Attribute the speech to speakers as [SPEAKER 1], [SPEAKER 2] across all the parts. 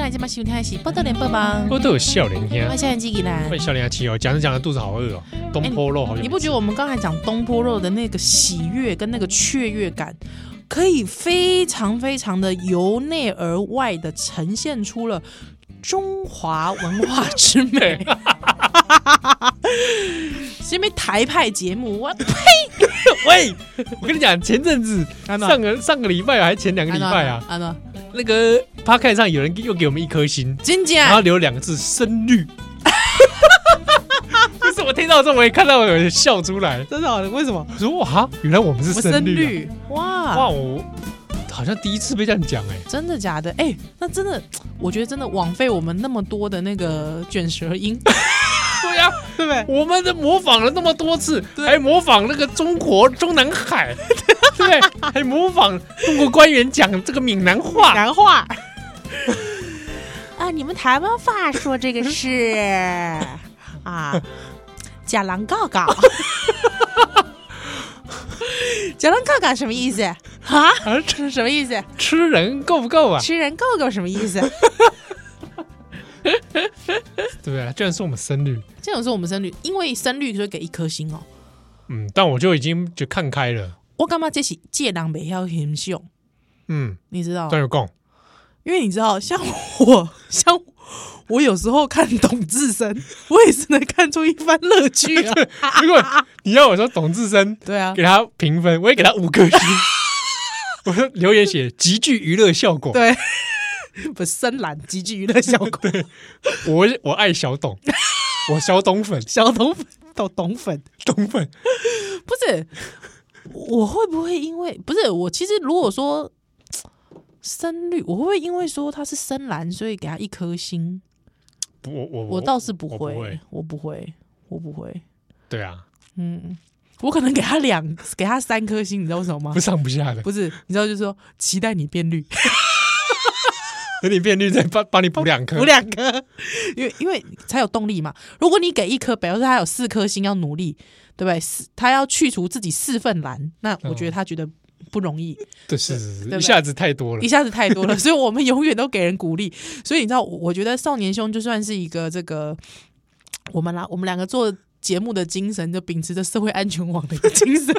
[SPEAKER 1] 来今晚收听的是《报道联播网》，
[SPEAKER 2] 我都有笑脸
[SPEAKER 1] 我是
[SPEAKER 2] 兄，
[SPEAKER 1] 夏人机器人
[SPEAKER 2] 喂，。笑脸七哦，讲着讲着肚子好饿哦，东坡肉好像
[SPEAKER 1] 哎你不觉得我们刚才讲东坡肉的那个喜悦跟那个雀跃感，可以非常非常的由内而外的呈现出了中华文化之美？是因为台派节目，我
[SPEAKER 2] 喂，我跟你讲，前阵子
[SPEAKER 1] 安娜
[SPEAKER 2] 上个上个礼拜还前两个礼拜啊，，
[SPEAKER 1] 安娜，
[SPEAKER 2] 那个 p a r k 上有人又给我们一颗星，
[SPEAKER 1] 真
[SPEAKER 2] 然后
[SPEAKER 1] 假？
[SPEAKER 2] 留两个字“ 深绿”，就是我听到之后，我也看到有人笑出来，
[SPEAKER 1] 真的？哦为什么？
[SPEAKER 2] 我说哇，原来我们是
[SPEAKER 1] 我
[SPEAKER 2] 深
[SPEAKER 1] 深
[SPEAKER 2] 绿
[SPEAKER 1] 绿
[SPEAKER 2] 啊、
[SPEAKER 1] 哇
[SPEAKER 2] 哇，！我好像第一次被这样讲哎、
[SPEAKER 1] 真的假的？哎、那真的，我觉得真的枉费我们那么多的那个卷舌音，
[SPEAKER 2] 对呀、
[SPEAKER 1] 对不啊 对？
[SPEAKER 2] 我们的模仿了那么多次，
[SPEAKER 1] 对
[SPEAKER 2] 还模仿那个中国中南海， 对，还模仿中国官员讲这个闽南话，
[SPEAKER 1] 南 话。
[SPEAKER 3] 啊，你们台湾话说这个 是啊，假狼告 告，
[SPEAKER 1] 假狼嘎嘎什么意思啊？
[SPEAKER 2] 啊
[SPEAKER 1] 是什么意思？
[SPEAKER 2] 吃人够不够啊？
[SPEAKER 1] 吃人够够什么意思？
[SPEAKER 2] 对不对？居然说我们生日，
[SPEAKER 1] 这种是我们深绿，因为深绿所以给一颗星哦。
[SPEAKER 2] 嗯，但我就已经就看开了，
[SPEAKER 1] 我干嘛这是借狼北要很凶？
[SPEAKER 2] 嗯，
[SPEAKER 1] 你知道？
[SPEAKER 2] 段 有共，
[SPEAKER 1] 因为你知道，像我， 像我有时候看董志生，我也是能看出一番乐趣 啊。
[SPEAKER 2] 如果你要我说董志生
[SPEAKER 1] 对啊
[SPEAKER 2] 给，他评分，我也给他 五颗星。我说留言写极具娱乐效果，
[SPEAKER 1] 对， 不深蓝极具娱乐效 果。
[SPEAKER 2] 我我爱小董，我小董粉，
[SPEAKER 1] 小董粉，懂懂粉，
[SPEAKER 2] 董粉，
[SPEAKER 1] 不是，我会不会因为不是我？其实如果说深绿，我会不会因为说它是深蓝，所以给它一颗星？
[SPEAKER 2] 不我我
[SPEAKER 1] 我倒是不
[SPEAKER 2] 我不
[SPEAKER 1] 会
[SPEAKER 2] 会，
[SPEAKER 1] 我不会，我不会，
[SPEAKER 2] 对啊，
[SPEAKER 1] 嗯，我可能给它两，给它三颗星，你知道为什么吗
[SPEAKER 2] 不？上不下的。
[SPEAKER 1] 不是，你知道就是说期待你变绿，
[SPEAKER 2] 等你变绿再帮帮你补两颗
[SPEAKER 1] 补。两颗，因为因为才有动力嘛。如果你给一颗，表示他有四颗星要努力，对不对？四他要去除自己四份蓝，那我觉得他觉得不容易。
[SPEAKER 2] 对，是是
[SPEAKER 1] 对不
[SPEAKER 2] 是，
[SPEAKER 1] 对
[SPEAKER 2] 一下子太多了
[SPEAKER 1] 一。下子太多了，所以我们永远都给人鼓励。所以你知道，我我觉得少年兄就算是一个这个我们啦，我们两个做节目的精神，就秉持着社会安全网的一个精神，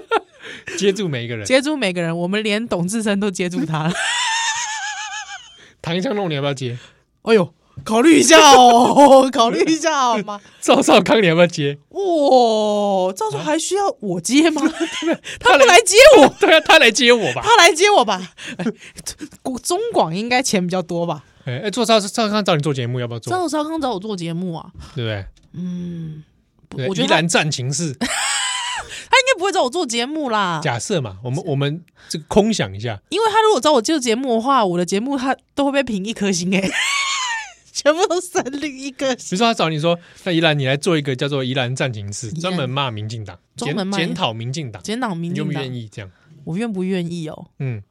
[SPEAKER 2] 接住每一个人，
[SPEAKER 1] 接住每个人。我们连董志生都接住他了。
[SPEAKER 2] 唐一香弄你要不要接？
[SPEAKER 1] 哎呦，考虑一下哦， 考虑一下好吗？
[SPEAKER 2] 赵少康你要不要接？
[SPEAKER 1] 哇、赵总还需要我接 吗？啊他不来接我，
[SPEAKER 2] 对啊，他来接我吧。
[SPEAKER 1] 他来接我吧。哎中广应该钱比较多吧？
[SPEAKER 2] 哎哎，做赵赵少康找你做节目要不要做？
[SPEAKER 1] 赵少康找我做节目啊，
[SPEAKER 2] 对不对
[SPEAKER 1] 嗯，不
[SPEAKER 2] 对？
[SPEAKER 1] 我觉得
[SPEAKER 2] 依
[SPEAKER 1] 他啊
[SPEAKER 2] 然战情是
[SPEAKER 1] 他应该不会找我做节目啦，
[SPEAKER 2] 假设嘛，我们我们这个空想一下，
[SPEAKER 1] 因为他如果找我做节目的话，我的节目他都会被评一颗星 哎、全部都省绿一颗
[SPEAKER 2] 比
[SPEAKER 1] 星。
[SPEAKER 2] 如说他找你说，那依然你来做一个叫做依然战情室，
[SPEAKER 1] 宜兰
[SPEAKER 2] 专门骂民进党，
[SPEAKER 1] 专门
[SPEAKER 2] 检
[SPEAKER 1] 骂
[SPEAKER 2] 检讨民进党，
[SPEAKER 1] 减党民
[SPEAKER 2] 你愿
[SPEAKER 1] 进
[SPEAKER 2] 不
[SPEAKER 1] 党
[SPEAKER 2] 愿，意这样？
[SPEAKER 1] 我愿不愿意哦？
[SPEAKER 2] 嗯，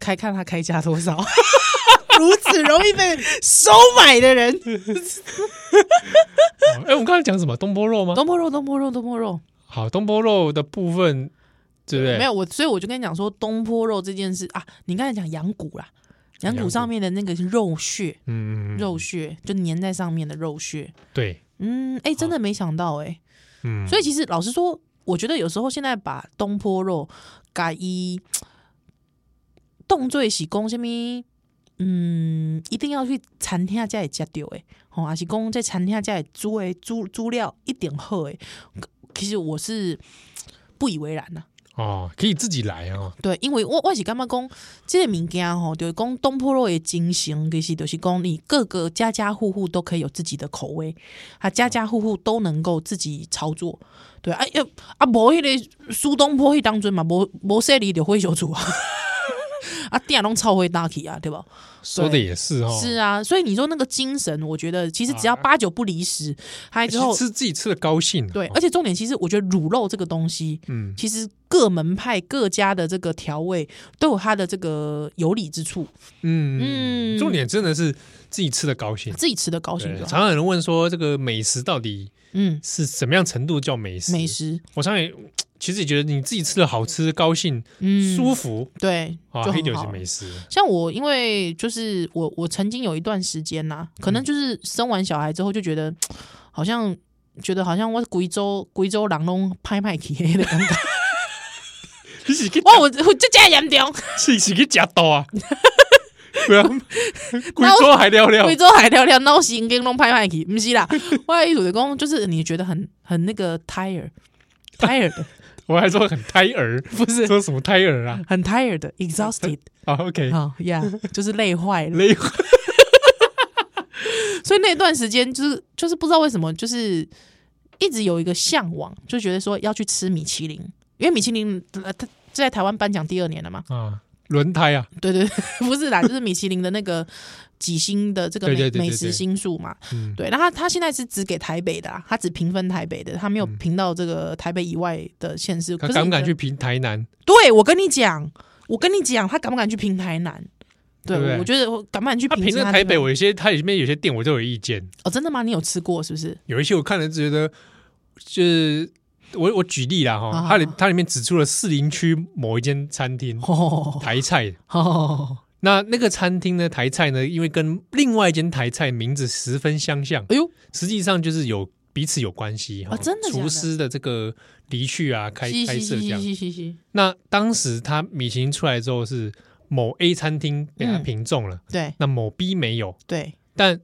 [SPEAKER 1] 开看他开价多少，如此容易被收买的人。
[SPEAKER 2] 好哎，我们刚才讲什么？东坡肉 吗？
[SPEAKER 1] 东坡肉，东坡肉，东坡肉，
[SPEAKER 2] 好，东坡肉的部分，对不对？
[SPEAKER 1] 没有我，所以我就跟你讲说东坡肉这件事啊，你刚才讲羊骨啦，羊
[SPEAKER 2] 羊
[SPEAKER 1] 骨
[SPEAKER 2] 骨
[SPEAKER 1] 上面的那个肉屑，
[SPEAKER 2] 嗯，嗯嗯，
[SPEAKER 1] 肉屑就粘在上面的肉屑，
[SPEAKER 2] 对，
[SPEAKER 1] 嗯，哎、真的没想到哎、
[SPEAKER 2] 嗯，
[SPEAKER 1] 所以其实老实说，我觉得有时候现在把东坡肉改一动作是讲什么？嗯，一定要去餐厅才会食到诶，吼、还是讲在餐厅才会煮诶，煮煮料一定好诶。其实我是不以为然呐、
[SPEAKER 2] 哦，可以自己来啊、哦。
[SPEAKER 1] 对，因为我我是感觉讲，这个物件吼，就是讲东坡肉的精神，其实就是讲你各个家家户户都可以有自己的口味，啊，家家户户都能够自己操作。对，啊要啊，无迄个苏东坡迄当中嘛，无无说你就会小煮啊， 啊，店拢炒会大去啊，对吧？
[SPEAKER 2] 说的也是哦，
[SPEAKER 1] 是啊，所以你说那个精神，我觉得其实只要
[SPEAKER 2] 啊
[SPEAKER 1] 八九不离十，还
[SPEAKER 2] 哎，
[SPEAKER 1] 之
[SPEAKER 2] 其
[SPEAKER 1] 后
[SPEAKER 2] 实吃自己吃的高兴、啊，
[SPEAKER 1] 对，
[SPEAKER 2] 哦
[SPEAKER 1] 而且重点其实我觉得卤肉这个东西，
[SPEAKER 2] 嗯，
[SPEAKER 1] 其实各门派各家的这个调味都有它的这个有理之处。
[SPEAKER 2] 嗯嗯，
[SPEAKER 1] 嗯，
[SPEAKER 2] 重点真的是自己吃的高兴。
[SPEAKER 1] 自己吃的高兴
[SPEAKER 2] 对
[SPEAKER 1] 就
[SPEAKER 2] 常
[SPEAKER 1] 好。
[SPEAKER 2] 常有人问说，这个美食到底
[SPEAKER 1] 嗯，
[SPEAKER 2] 是什么样程度叫美食？
[SPEAKER 1] 美，食，
[SPEAKER 2] 我常常也其实也觉得你自己吃的好吃、高兴、
[SPEAKER 1] 嗯，
[SPEAKER 2] 舒服
[SPEAKER 1] 对，
[SPEAKER 2] 啊，
[SPEAKER 1] 就
[SPEAKER 2] 这
[SPEAKER 1] 很
[SPEAKER 2] 一点就
[SPEAKER 1] 好
[SPEAKER 2] 是
[SPEAKER 1] 了。
[SPEAKER 2] 美食。
[SPEAKER 1] 像我，因为就是我，我曾经有一段时间呐、可能就是生完小孩之后就觉得，好像觉得好像我贵州贵州人拢拍拍起的感觉，
[SPEAKER 2] 你是 去
[SPEAKER 1] 哇，我我这家严重，
[SPEAKER 2] 是是去食刀啊？ 不要， 贵州还聊 聊
[SPEAKER 1] 贵，州海聊聊闹心跟拢拍拍起，不是啦，我的意思就讲就是你觉得很很那个 tired tired
[SPEAKER 2] 我还说很胎儿，
[SPEAKER 1] 不是
[SPEAKER 2] 说什么胎儿啊？
[SPEAKER 1] 很 tired exhausted
[SPEAKER 2] 啊，OK，
[SPEAKER 1] 啊、yeah 就是累坏了，
[SPEAKER 2] 累
[SPEAKER 1] 所以那段时间就是就是不知道为什么，就是一直有一个向往，就觉得说要去吃米其林，因为米其林呃它在台湾颁奖第二年了嘛。
[SPEAKER 2] 啊，轮胎啊，
[SPEAKER 1] 对对，对 不是啦，就是米其林的那个几星的这个美
[SPEAKER 2] 对对对对
[SPEAKER 1] 美食
[SPEAKER 2] 对
[SPEAKER 1] 星数嘛。
[SPEAKER 2] 嗯
[SPEAKER 1] 对，那他他现在是只给台北的啦，他只评分台北的，他没有评到这个台北以外的县市。呃
[SPEAKER 2] 他
[SPEAKER 1] 可是
[SPEAKER 2] 嗯敢不
[SPEAKER 1] 我
[SPEAKER 2] 敢
[SPEAKER 1] 觉
[SPEAKER 2] 去
[SPEAKER 1] 得？
[SPEAKER 2] 平台南？
[SPEAKER 1] 对，我跟你讲，我跟你讲，他敢不敢去平台南？对，
[SPEAKER 2] 对不对
[SPEAKER 1] 我觉得我敢不敢去
[SPEAKER 2] 他
[SPEAKER 1] 评
[SPEAKER 2] 平
[SPEAKER 1] 其
[SPEAKER 2] 了
[SPEAKER 1] 他
[SPEAKER 2] 台
[SPEAKER 1] 地
[SPEAKER 2] 北，
[SPEAKER 1] 方
[SPEAKER 2] 我有些它里面有些店我都有意见，
[SPEAKER 1] 哦，真的吗？你有吃过是不是？
[SPEAKER 2] 有一些我看了就觉得，就是我我举例啦
[SPEAKER 1] 好
[SPEAKER 2] 哈，
[SPEAKER 1] 好
[SPEAKER 2] 它里
[SPEAKER 1] 好
[SPEAKER 2] 它里面指出了士林区某一间餐 厅
[SPEAKER 1] 啊哦
[SPEAKER 2] 台菜，
[SPEAKER 1] 哦，
[SPEAKER 2] 那那个餐厅呢台菜呢，因为跟另外一间台菜名字十分相像，
[SPEAKER 1] 哎呦，
[SPEAKER 2] 实际上就是有彼此有关系哈、
[SPEAKER 1] 哦真的假的
[SPEAKER 2] 厨师的这个离去啊，开
[SPEAKER 1] 嘻
[SPEAKER 2] 开
[SPEAKER 1] 嘻
[SPEAKER 2] 设
[SPEAKER 1] 嘻
[SPEAKER 2] 这样。
[SPEAKER 1] 嘻嘻嘻，
[SPEAKER 2] 那当时他米其林出来之后是某 A 餐厅被他
[SPEAKER 1] 嗯
[SPEAKER 2] 评中了，
[SPEAKER 1] 对
[SPEAKER 2] 那某 B 没有。
[SPEAKER 1] 对
[SPEAKER 2] 但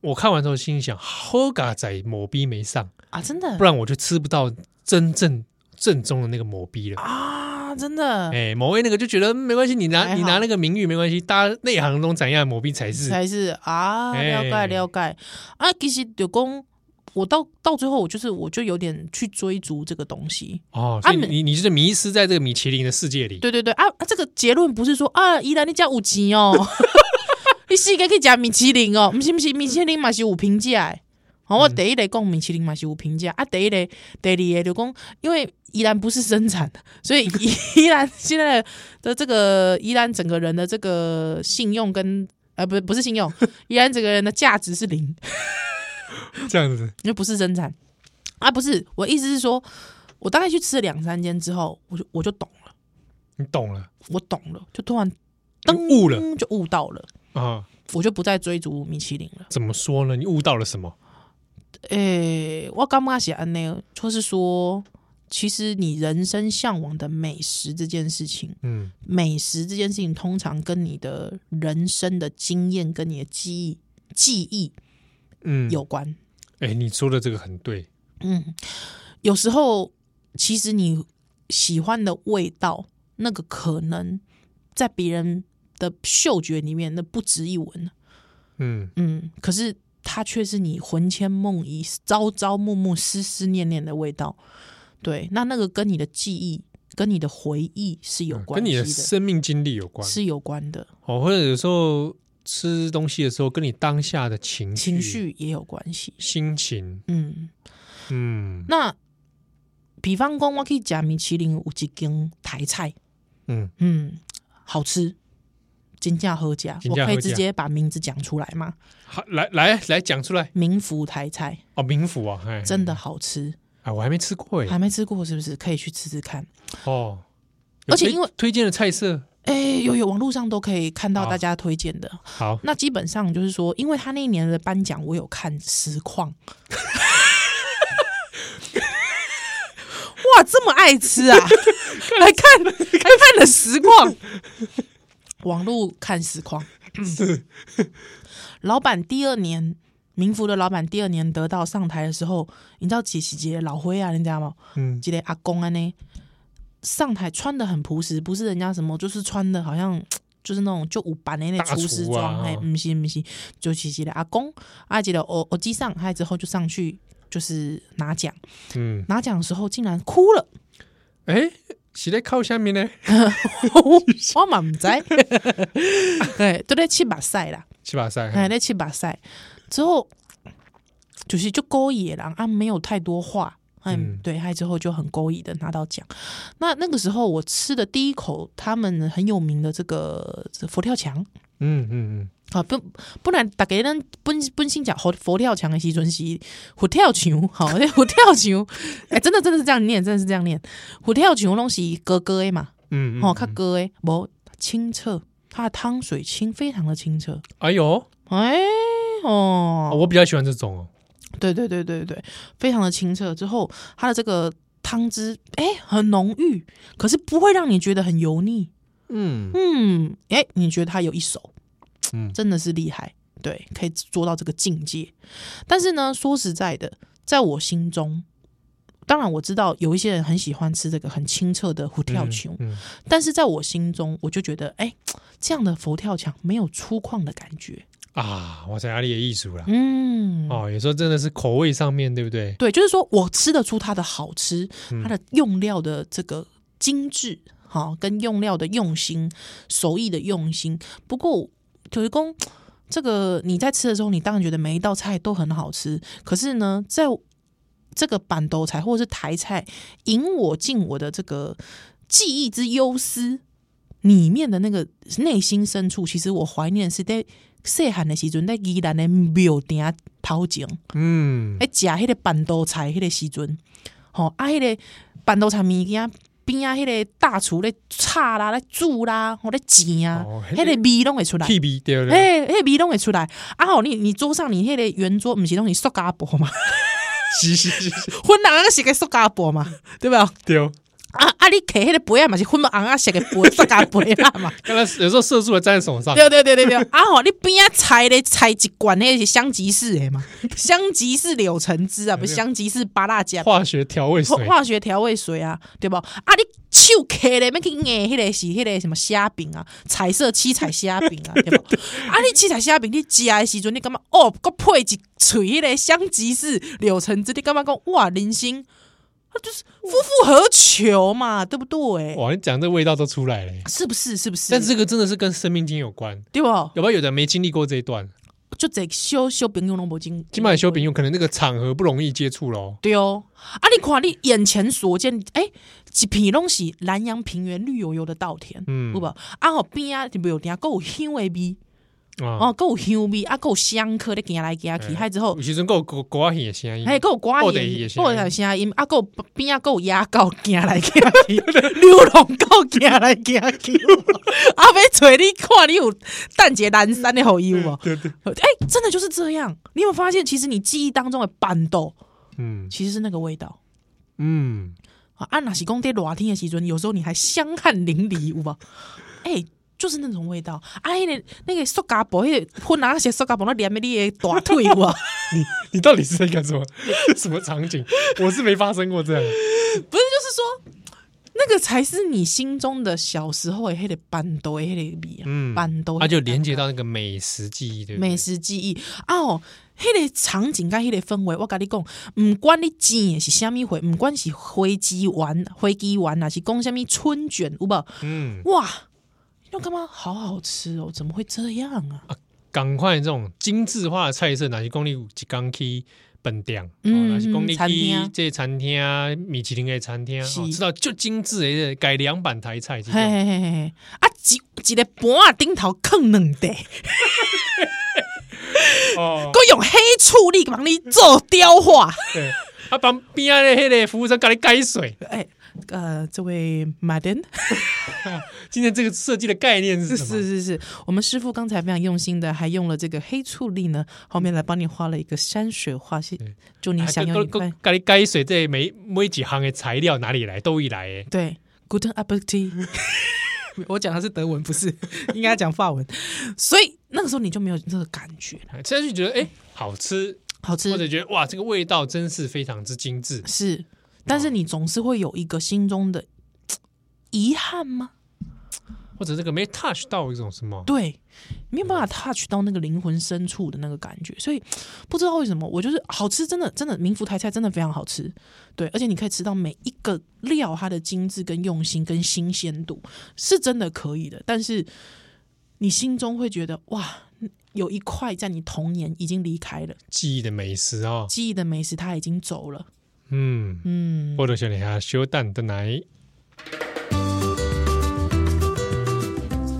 [SPEAKER 2] 我看完之后心里想，好嘎仔某 B 没上，
[SPEAKER 1] 啊，真的
[SPEAKER 2] 不然我就吃不到真正正宗的那个某 B 了。
[SPEAKER 1] 啊，真的
[SPEAKER 2] 哎、某 A 那个就觉得嗯没关系，你拿
[SPEAKER 1] 还好
[SPEAKER 2] 你拿那个名誉没关系，大家内行中怎样某 B 才是。
[SPEAKER 1] 才是啊，了
[SPEAKER 2] 哎
[SPEAKER 1] 解了解啊，其实就讲。我到到最后，我就是我就有点去追逐这个东西，
[SPEAKER 2] 哦，所以
[SPEAKER 1] 啊没
[SPEAKER 2] 你你就是迷失在这个米其林的世界里。
[SPEAKER 1] 对对对啊啊！这个结论不是说啊，依然你讲五级哦，你是应该可以讲米其林哦，不是不是，米其林嘛是五评价的。好，我第一类讲米其林嘛是五评价啊，第一类第二个就讲，因为依然不是生产，所以依 依然现在的这个依然整个人的这个信用跟呃不是不是信用，依然整个人的价值是零。
[SPEAKER 2] 这样子，
[SPEAKER 1] 因为不是生产啊，不是我意思是说，我大概去吃了两三间之后，我就我就懂了，
[SPEAKER 2] 你懂了
[SPEAKER 1] 我懂了，就突然
[SPEAKER 2] 你
[SPEAKER 1] 噔
[SPEAKER 2] 悟了
[SPEAKER 1] 嗯就悟到了，
[SPEAKER 2] 啊、
[SPEAKER 1] 我就不再追逐米其林了。
[SPEAKER 2] 怎么说呢？你悟到了什么？
[SPEAKER 1] 诶、我刚刚写安内，哦就是说，其实你人生向往的美食这件事情，
[SPEAKER 2] 嗯，
[SPEAKER 1] 美食这件事情通常跟你的人生的经验跟你的记忆记忆
[SPEAKER 2] 嗯
[SPEAKER 1] 有关。
[SPEAKER 2] 哎、你说的这个很对，
[SPEAKER 1] 嗯，有时候其实你喜欢的味道，那个可能在别人的嗅觉里面那不值一文。
[SPEAKER 2] 嗯，
[SPEAKER 1] 嗯，可是它却是你魂牵梦萦、朝朝暮暮、思思念念的味道。对，那那个跟你的记忆、跟你的回忆是有
[SPEAKER 2] 嗯
[SPEAKER 1] 关
[SPEAKER 2] 跟你
[SPEAKER 1] 系
[SPEAKER 2] 的生命经历有关，
[SPEAKER 1] 是有关的，
[SPEAKER 2] 哦，或者有时候吃东西的时候，跟你当下的情
[SPEAKER 1] 情绪也有关系。
[SPEAKER 2] 心情，
[SPEAKER 1] 嗯，
[SPEAKER 2] 嗯
[SPEAKER 1] 那比方讲，我可以讲米其林有一间台菜。
[SPEAKER 2] 嗯，
[SPEAKER 1] 嗯，好吃，金价喝价，
[SPEAKER 2] 真
[SPEAKER 1] 我
[SPEAKER 2] 正
[SPEAKER 1] 可以
[SPEAKER 2] 好吃
[SPEAKER 1] 直接把名字讲出来吗？
[SPEAKER 2] 好，来来来讲出来
[SPEAKER 1] 民福台菜
[SPEAKER 2] 哦，冥府啊，哎，
[SPEAKER 1] 真的好吃，
[SPEAKER 2] 哎，我还没吃过哎，
[SPEAKER 1] 还没吃过是不是？可以去吃吃看。
[SPEAKER 2] 哦，
[SPEAKER 1] 而且
[SPEAKER 2] 有推
[SPEAKER 1] 因为
[SPEAKER 2] 推荐的菜色
[SPEAKER 1] 哎，有有网络上都可以看到
[SPEAKER 2] 好
[SPEAKER 1] 大家推荐的。
[SPEAKER 2] 好，
[SPEAKER 1] 那基本上就是说，因为他那一年的颁奖，我有看实况。哇，这么爱吃啊！来看，还看了实况，网络看实况。
[SPEAKER 2] 是
[SPEAKER 1] 老板第二年，民福的老板第二年得到上台的时候，你知道几是几老灰啊，你知道吗？
[SPEAKER 2] 嗯
[SPEAKER 1] 几个阿公啊呢，上台穿的很朴实，不是人家什么，就是穿的好像就是那种就五版的那
[SPEAKER 2] 大厨
[SPEAKER 1] 厨
[SPEAKER 2] 啊
[SPEAKER 1] 师装，哎、不是不是，就是几个阿公，啊几个我我机上，还之后就上去就是拿奖，
[SPEAKER 2] 嗯，
[SPEAKER 1] 拿奖的时候竟然哭了。
[SPEAKER 2] 哎，是在靠下面呢，
[SPEAKER 1] 我嘛唔 知，哎，都在七目屎啦，
[SPEAKER 2] 七把塞，
[SPEAKER 1] 哎，在七目屎之后，就是就勾引的人啊，没有太多话，嗯
[SPEAKER 2] 嗯，
[SPEAKER 1] 对，还之后就很勾引的拿到奖。那那个时候我吃的第一口，他们很有名的这个这佛跳墙，
[SPEAKER 2] 嗯嗯嗯，
[SPEAKER 1] 啊，不，不然大家咱本本性讲佛佛跳墙的时阵是佛跳墙，好，那佛跳墙，哎、真的真的是这样念，真的是这样念，佛跳墙拢是哥哥的嘛，
[SPEAKER 2] 嗯，嗯
[SPEAKER 1] 哦，较
[SPEAKER 2] 嗯
[SPEAKER 1] 哥的，无清澈，它的汤水清，非常的清澈，
[SPEAKER 2] 哎呦，
[SPEAKER 1] 哎、哦，
[SPEAKER 2] 我比较喜欢这种哦，
[SPEAKER 1] 对对对对对，非常的清澈。之后它的这个汤汁，哎，很浓郁，可是不会让你觉得很油腻。
[SPEAKER 2] 嗯
[SPEAKER 1] 嗯，哎，你觉得他有一手，
[SPEAKER 2] 嗯
[SPEAKER 1] 真的是厉害，对，可以做到这个境界。但是呢，说实在的，在我心中。当然，我知道有一些人很喜欢吃这个很清澈的佛跳墙，
[SPEAKER 2] 嗯，
[SPEAKER 1] 但是在我心中，我就觉得，哎、这样的佛跳墙没有粗犷的感觉。
[SPEAKER 2] 啊，哇塞，阿里的艺术啦，
[SPEAKER 1] 嗯，
[SPEAKER 2] 哦，有时候真的是口味上面对不对？
[SPEAKER 1] 对，就是说我吃得出它的好吃，它的用料的这个精致，哈、跟用料的用心，手艺的用心。不过，就是公这个你在吃的时候，你当然觉得每一道菜都很好吃，可是呢，在这个板豆菜或者是台菜引我进我的这个记忆之忧思里面的那个内心深处，其实我怀念是在细汉的时候，在宜兰的庙埕头前。
[SPEAKER 2] 嗯，
[SPEAKER 1] 哎，食迄个板豆菜迄个时阵，吼、啊，迄、个板豆菜物件边啊，迄个大厨咧炒啦、咧煮啦、吼咧煎啊，
[SPEAKER 2] 哦
[SPEAKER 1] 迄、个味拢会出来。
[SPEAKER 2] 屁鼻对不对？
[SPEAKER 1] 哎，迄个味拢会出来。啊吼，你你桌上你迄个圆桌，毋是拢是塑胶布 嘛？
[SPEAKER 2] 是是是是，
[SPEAKER 1] 粉红啊，是个塑胶布嘛，对吧？
[SPEAKER 2] 哦对。
[SPEAKER 1] 啊啊，你摕迄个杯啊嘛是粉红啊，是个杯塑胶杯啦嘛。
[SPEAKER 2] 刚才有时候色素会沾在手上，
[SPEAKER 1] 对对对对对，啊吼，你边啊菜咧菜一罐迄是香吉士的嘛，香吉士柳橙汁啊，不是香吉士巴拉酱。
[SPEAKER 2] 化学调味
[SPEAKER 1] 化
[SPEAKER 2] 水，
[SPEAKER 1] 化学调味水啊，对不？啊，你手开咧，要去硬迄个是迄个什么虾饼啊，彩色七彩虾饼 啊，对不？啊，你七彩虾饼你食的时阵，你感觉哦，佮配一喙迄个香吉士柳橙汁，你感觉讲哇，人生啊，就是夫复何求嘛，对不对？
[SPEAKER 2] 哇，你讲这味道都出来了耶。
[SPEAKER 1] 是不是？是不是？
[SPEAKER 2] 但是这个真的是跟生命经有关，
[SPEAKER 1] 对不？
[SPEAKER 2] 要不然有的人没经历过这一段，
[SPEAKER 1] 就这小小朋友拢无经，
[SPEAKER 2] 金马修饼有可能那个场合不容易接触喽。
[SPEAKER 1] 对哦，啊，你看你眼前所见，哎、一片拢是南洋平原绿油油的稻田，
[SPEAKER 2] 嗯
[SPEAKER 1] 有无？啊，吼边啊，就没有点够有香的味，
[SPEAKER 2] 啊，
[SPEAKER 1] 哦，够有香味，啊，够香客咧行来行去，
[SPEAKER 2] 嗯
[SPEAKER 1] 还之后
[SPEAKER 2] 有，时阵够狗狗啊也声音，
[SPEAKER 1] 还够瓜
[SPEAKER 2] 布袋戏的
[SPEAKER 1] 盐，
[SPEAKER 2] 声
[SPEAKER 1] 有
[SPEAKER 2] 音
[SPEAKER 1] 的声音，啊，够边啊够鸭狗行来行去， 流浪狗行来行去，有无 啊，要找你看你有蛋节南山的好友无？
[SPEAKER 2] 对对，
[SPEAKER 1] 哎、真的就是这样，你有没有发现，其实你记忆当中的板豆
[SPEAKER 2] 嗯
[SPEAKER 1] 其实是那个味道。
[SPEAKER 2] 嗯，
[SPEAKER 1] 啊，啊，若是讲在热天的时阵，有时候你还香汗淋漓，有吧？哎、就是那种味道。啊，那个那个塑胶布，那个粉啊，那些塑胶布，那连的你的大腿有啊，
[SPEAKER 2] 你到底是在干什么？ 这是什么场景？我是没发生过这样，
[SPEAKER 1] 不是， 就是说那个才是你心中的小时候的那个板豆的那个味啊，
[SPEAKER 2] 嗯，
[SPEAKER 1] 板豆的那个味道。
[SPEAKER 2] 它就连接到那个美食记忆，对不对？
[SPEAKER 1] 美食记忆啊哦，迄、个场景甲迄个氛围，我甲你讲，毋管你煎的是虾米货，毋管是火鸡丸、火鸡丸，啊还是讲虾米春卷，有无？
[SPEAKER 2] 嗯，
[SPEAKER 1] 哇，那干嘛好好吃哦？怎么会这样啊？
[SPEAKER 2] 赶快这种精致化的菜色，哪些公里有一刚去本店，
[SPEAKER 1] 嗯
[SPEAKER 2] 嗯，哪些公里
[SPEAKER 1] 餐厅
[SPEAKER 2] 去这餐厅啊、米其林的餐厅啊，
[SPEAKER 1] 是
[SPEAKER 2] 哦知道就精致的改良版台菜这
[SPEAKER 1] 嘿
[SPEAKER 2] 种，
[SPEAKER 1] 嘿嘿嘿嘿，啊，一一个盘啊顶头放两块，
[SPEAKER 2] 哦，
[SPEAKER 1] 佮用黑醋栗帮你做雕化。
[SPEAKER 2] 对，啊，旁边的迄个服务生给你 改水，
[SPEAKER 1] 哎、呃，这位 madam，
[SPEAKER 2] 今天这个设计的概念
[SPEAKER 1] 是
[SPEAKER 2] 是什么？
[SPEAKER 1] 是
[SPEAKER 2] 啊
[SPEAKER 1] 是是，我们师傅刚才非常用心的，还用了这个黑醋栗呢，后面来帮你画了一个山水画，是祝你享用一
[SPEAKER 2] 给
[SPEAKER 1] 番。
[SPEAKER 2] 给你改水，这每每几行的材料哪里来都一来哎的，
[SPEAKER 1] 对，Guten Appetit。我讲的是德文，不是应该讲法文， 所以那个时候你就没有这个感觉了，
[SPEAKER 2] 现在就觉得哎、好吃，
[SPEAKER 1] 好吃
[SPEAKER 2] 或者觉得哇这个味道真是非常之精致，
[SPEAKER 1] 是，但是你总是会有一个心中的嘖遗憾吗？
[SPEAKER 2] 或者这个没 touch 到一种什么，
[SPEAKER 1] 对，没有办法 touch 到那个灵魂深处的那个感觉，所以嘖不知道为什么，我就是好吃，真的真的民福台菜真的非常好吃，对，而且你可以吃到每一个料它的精致、跟用心、跟新鲜度，是真的可以的。但是你心中会觉得哇，有一块在你童年已经离开了，
[SPEAKER 2] 记忆的美食哦，
[SPEAKER 1] 记忆的美食它已经走了，
[SPEAKER 2] 嗯。
[SPEAKER 1] 嗯。
[SPEAKER 2] 波多小女孩小蛋的奶，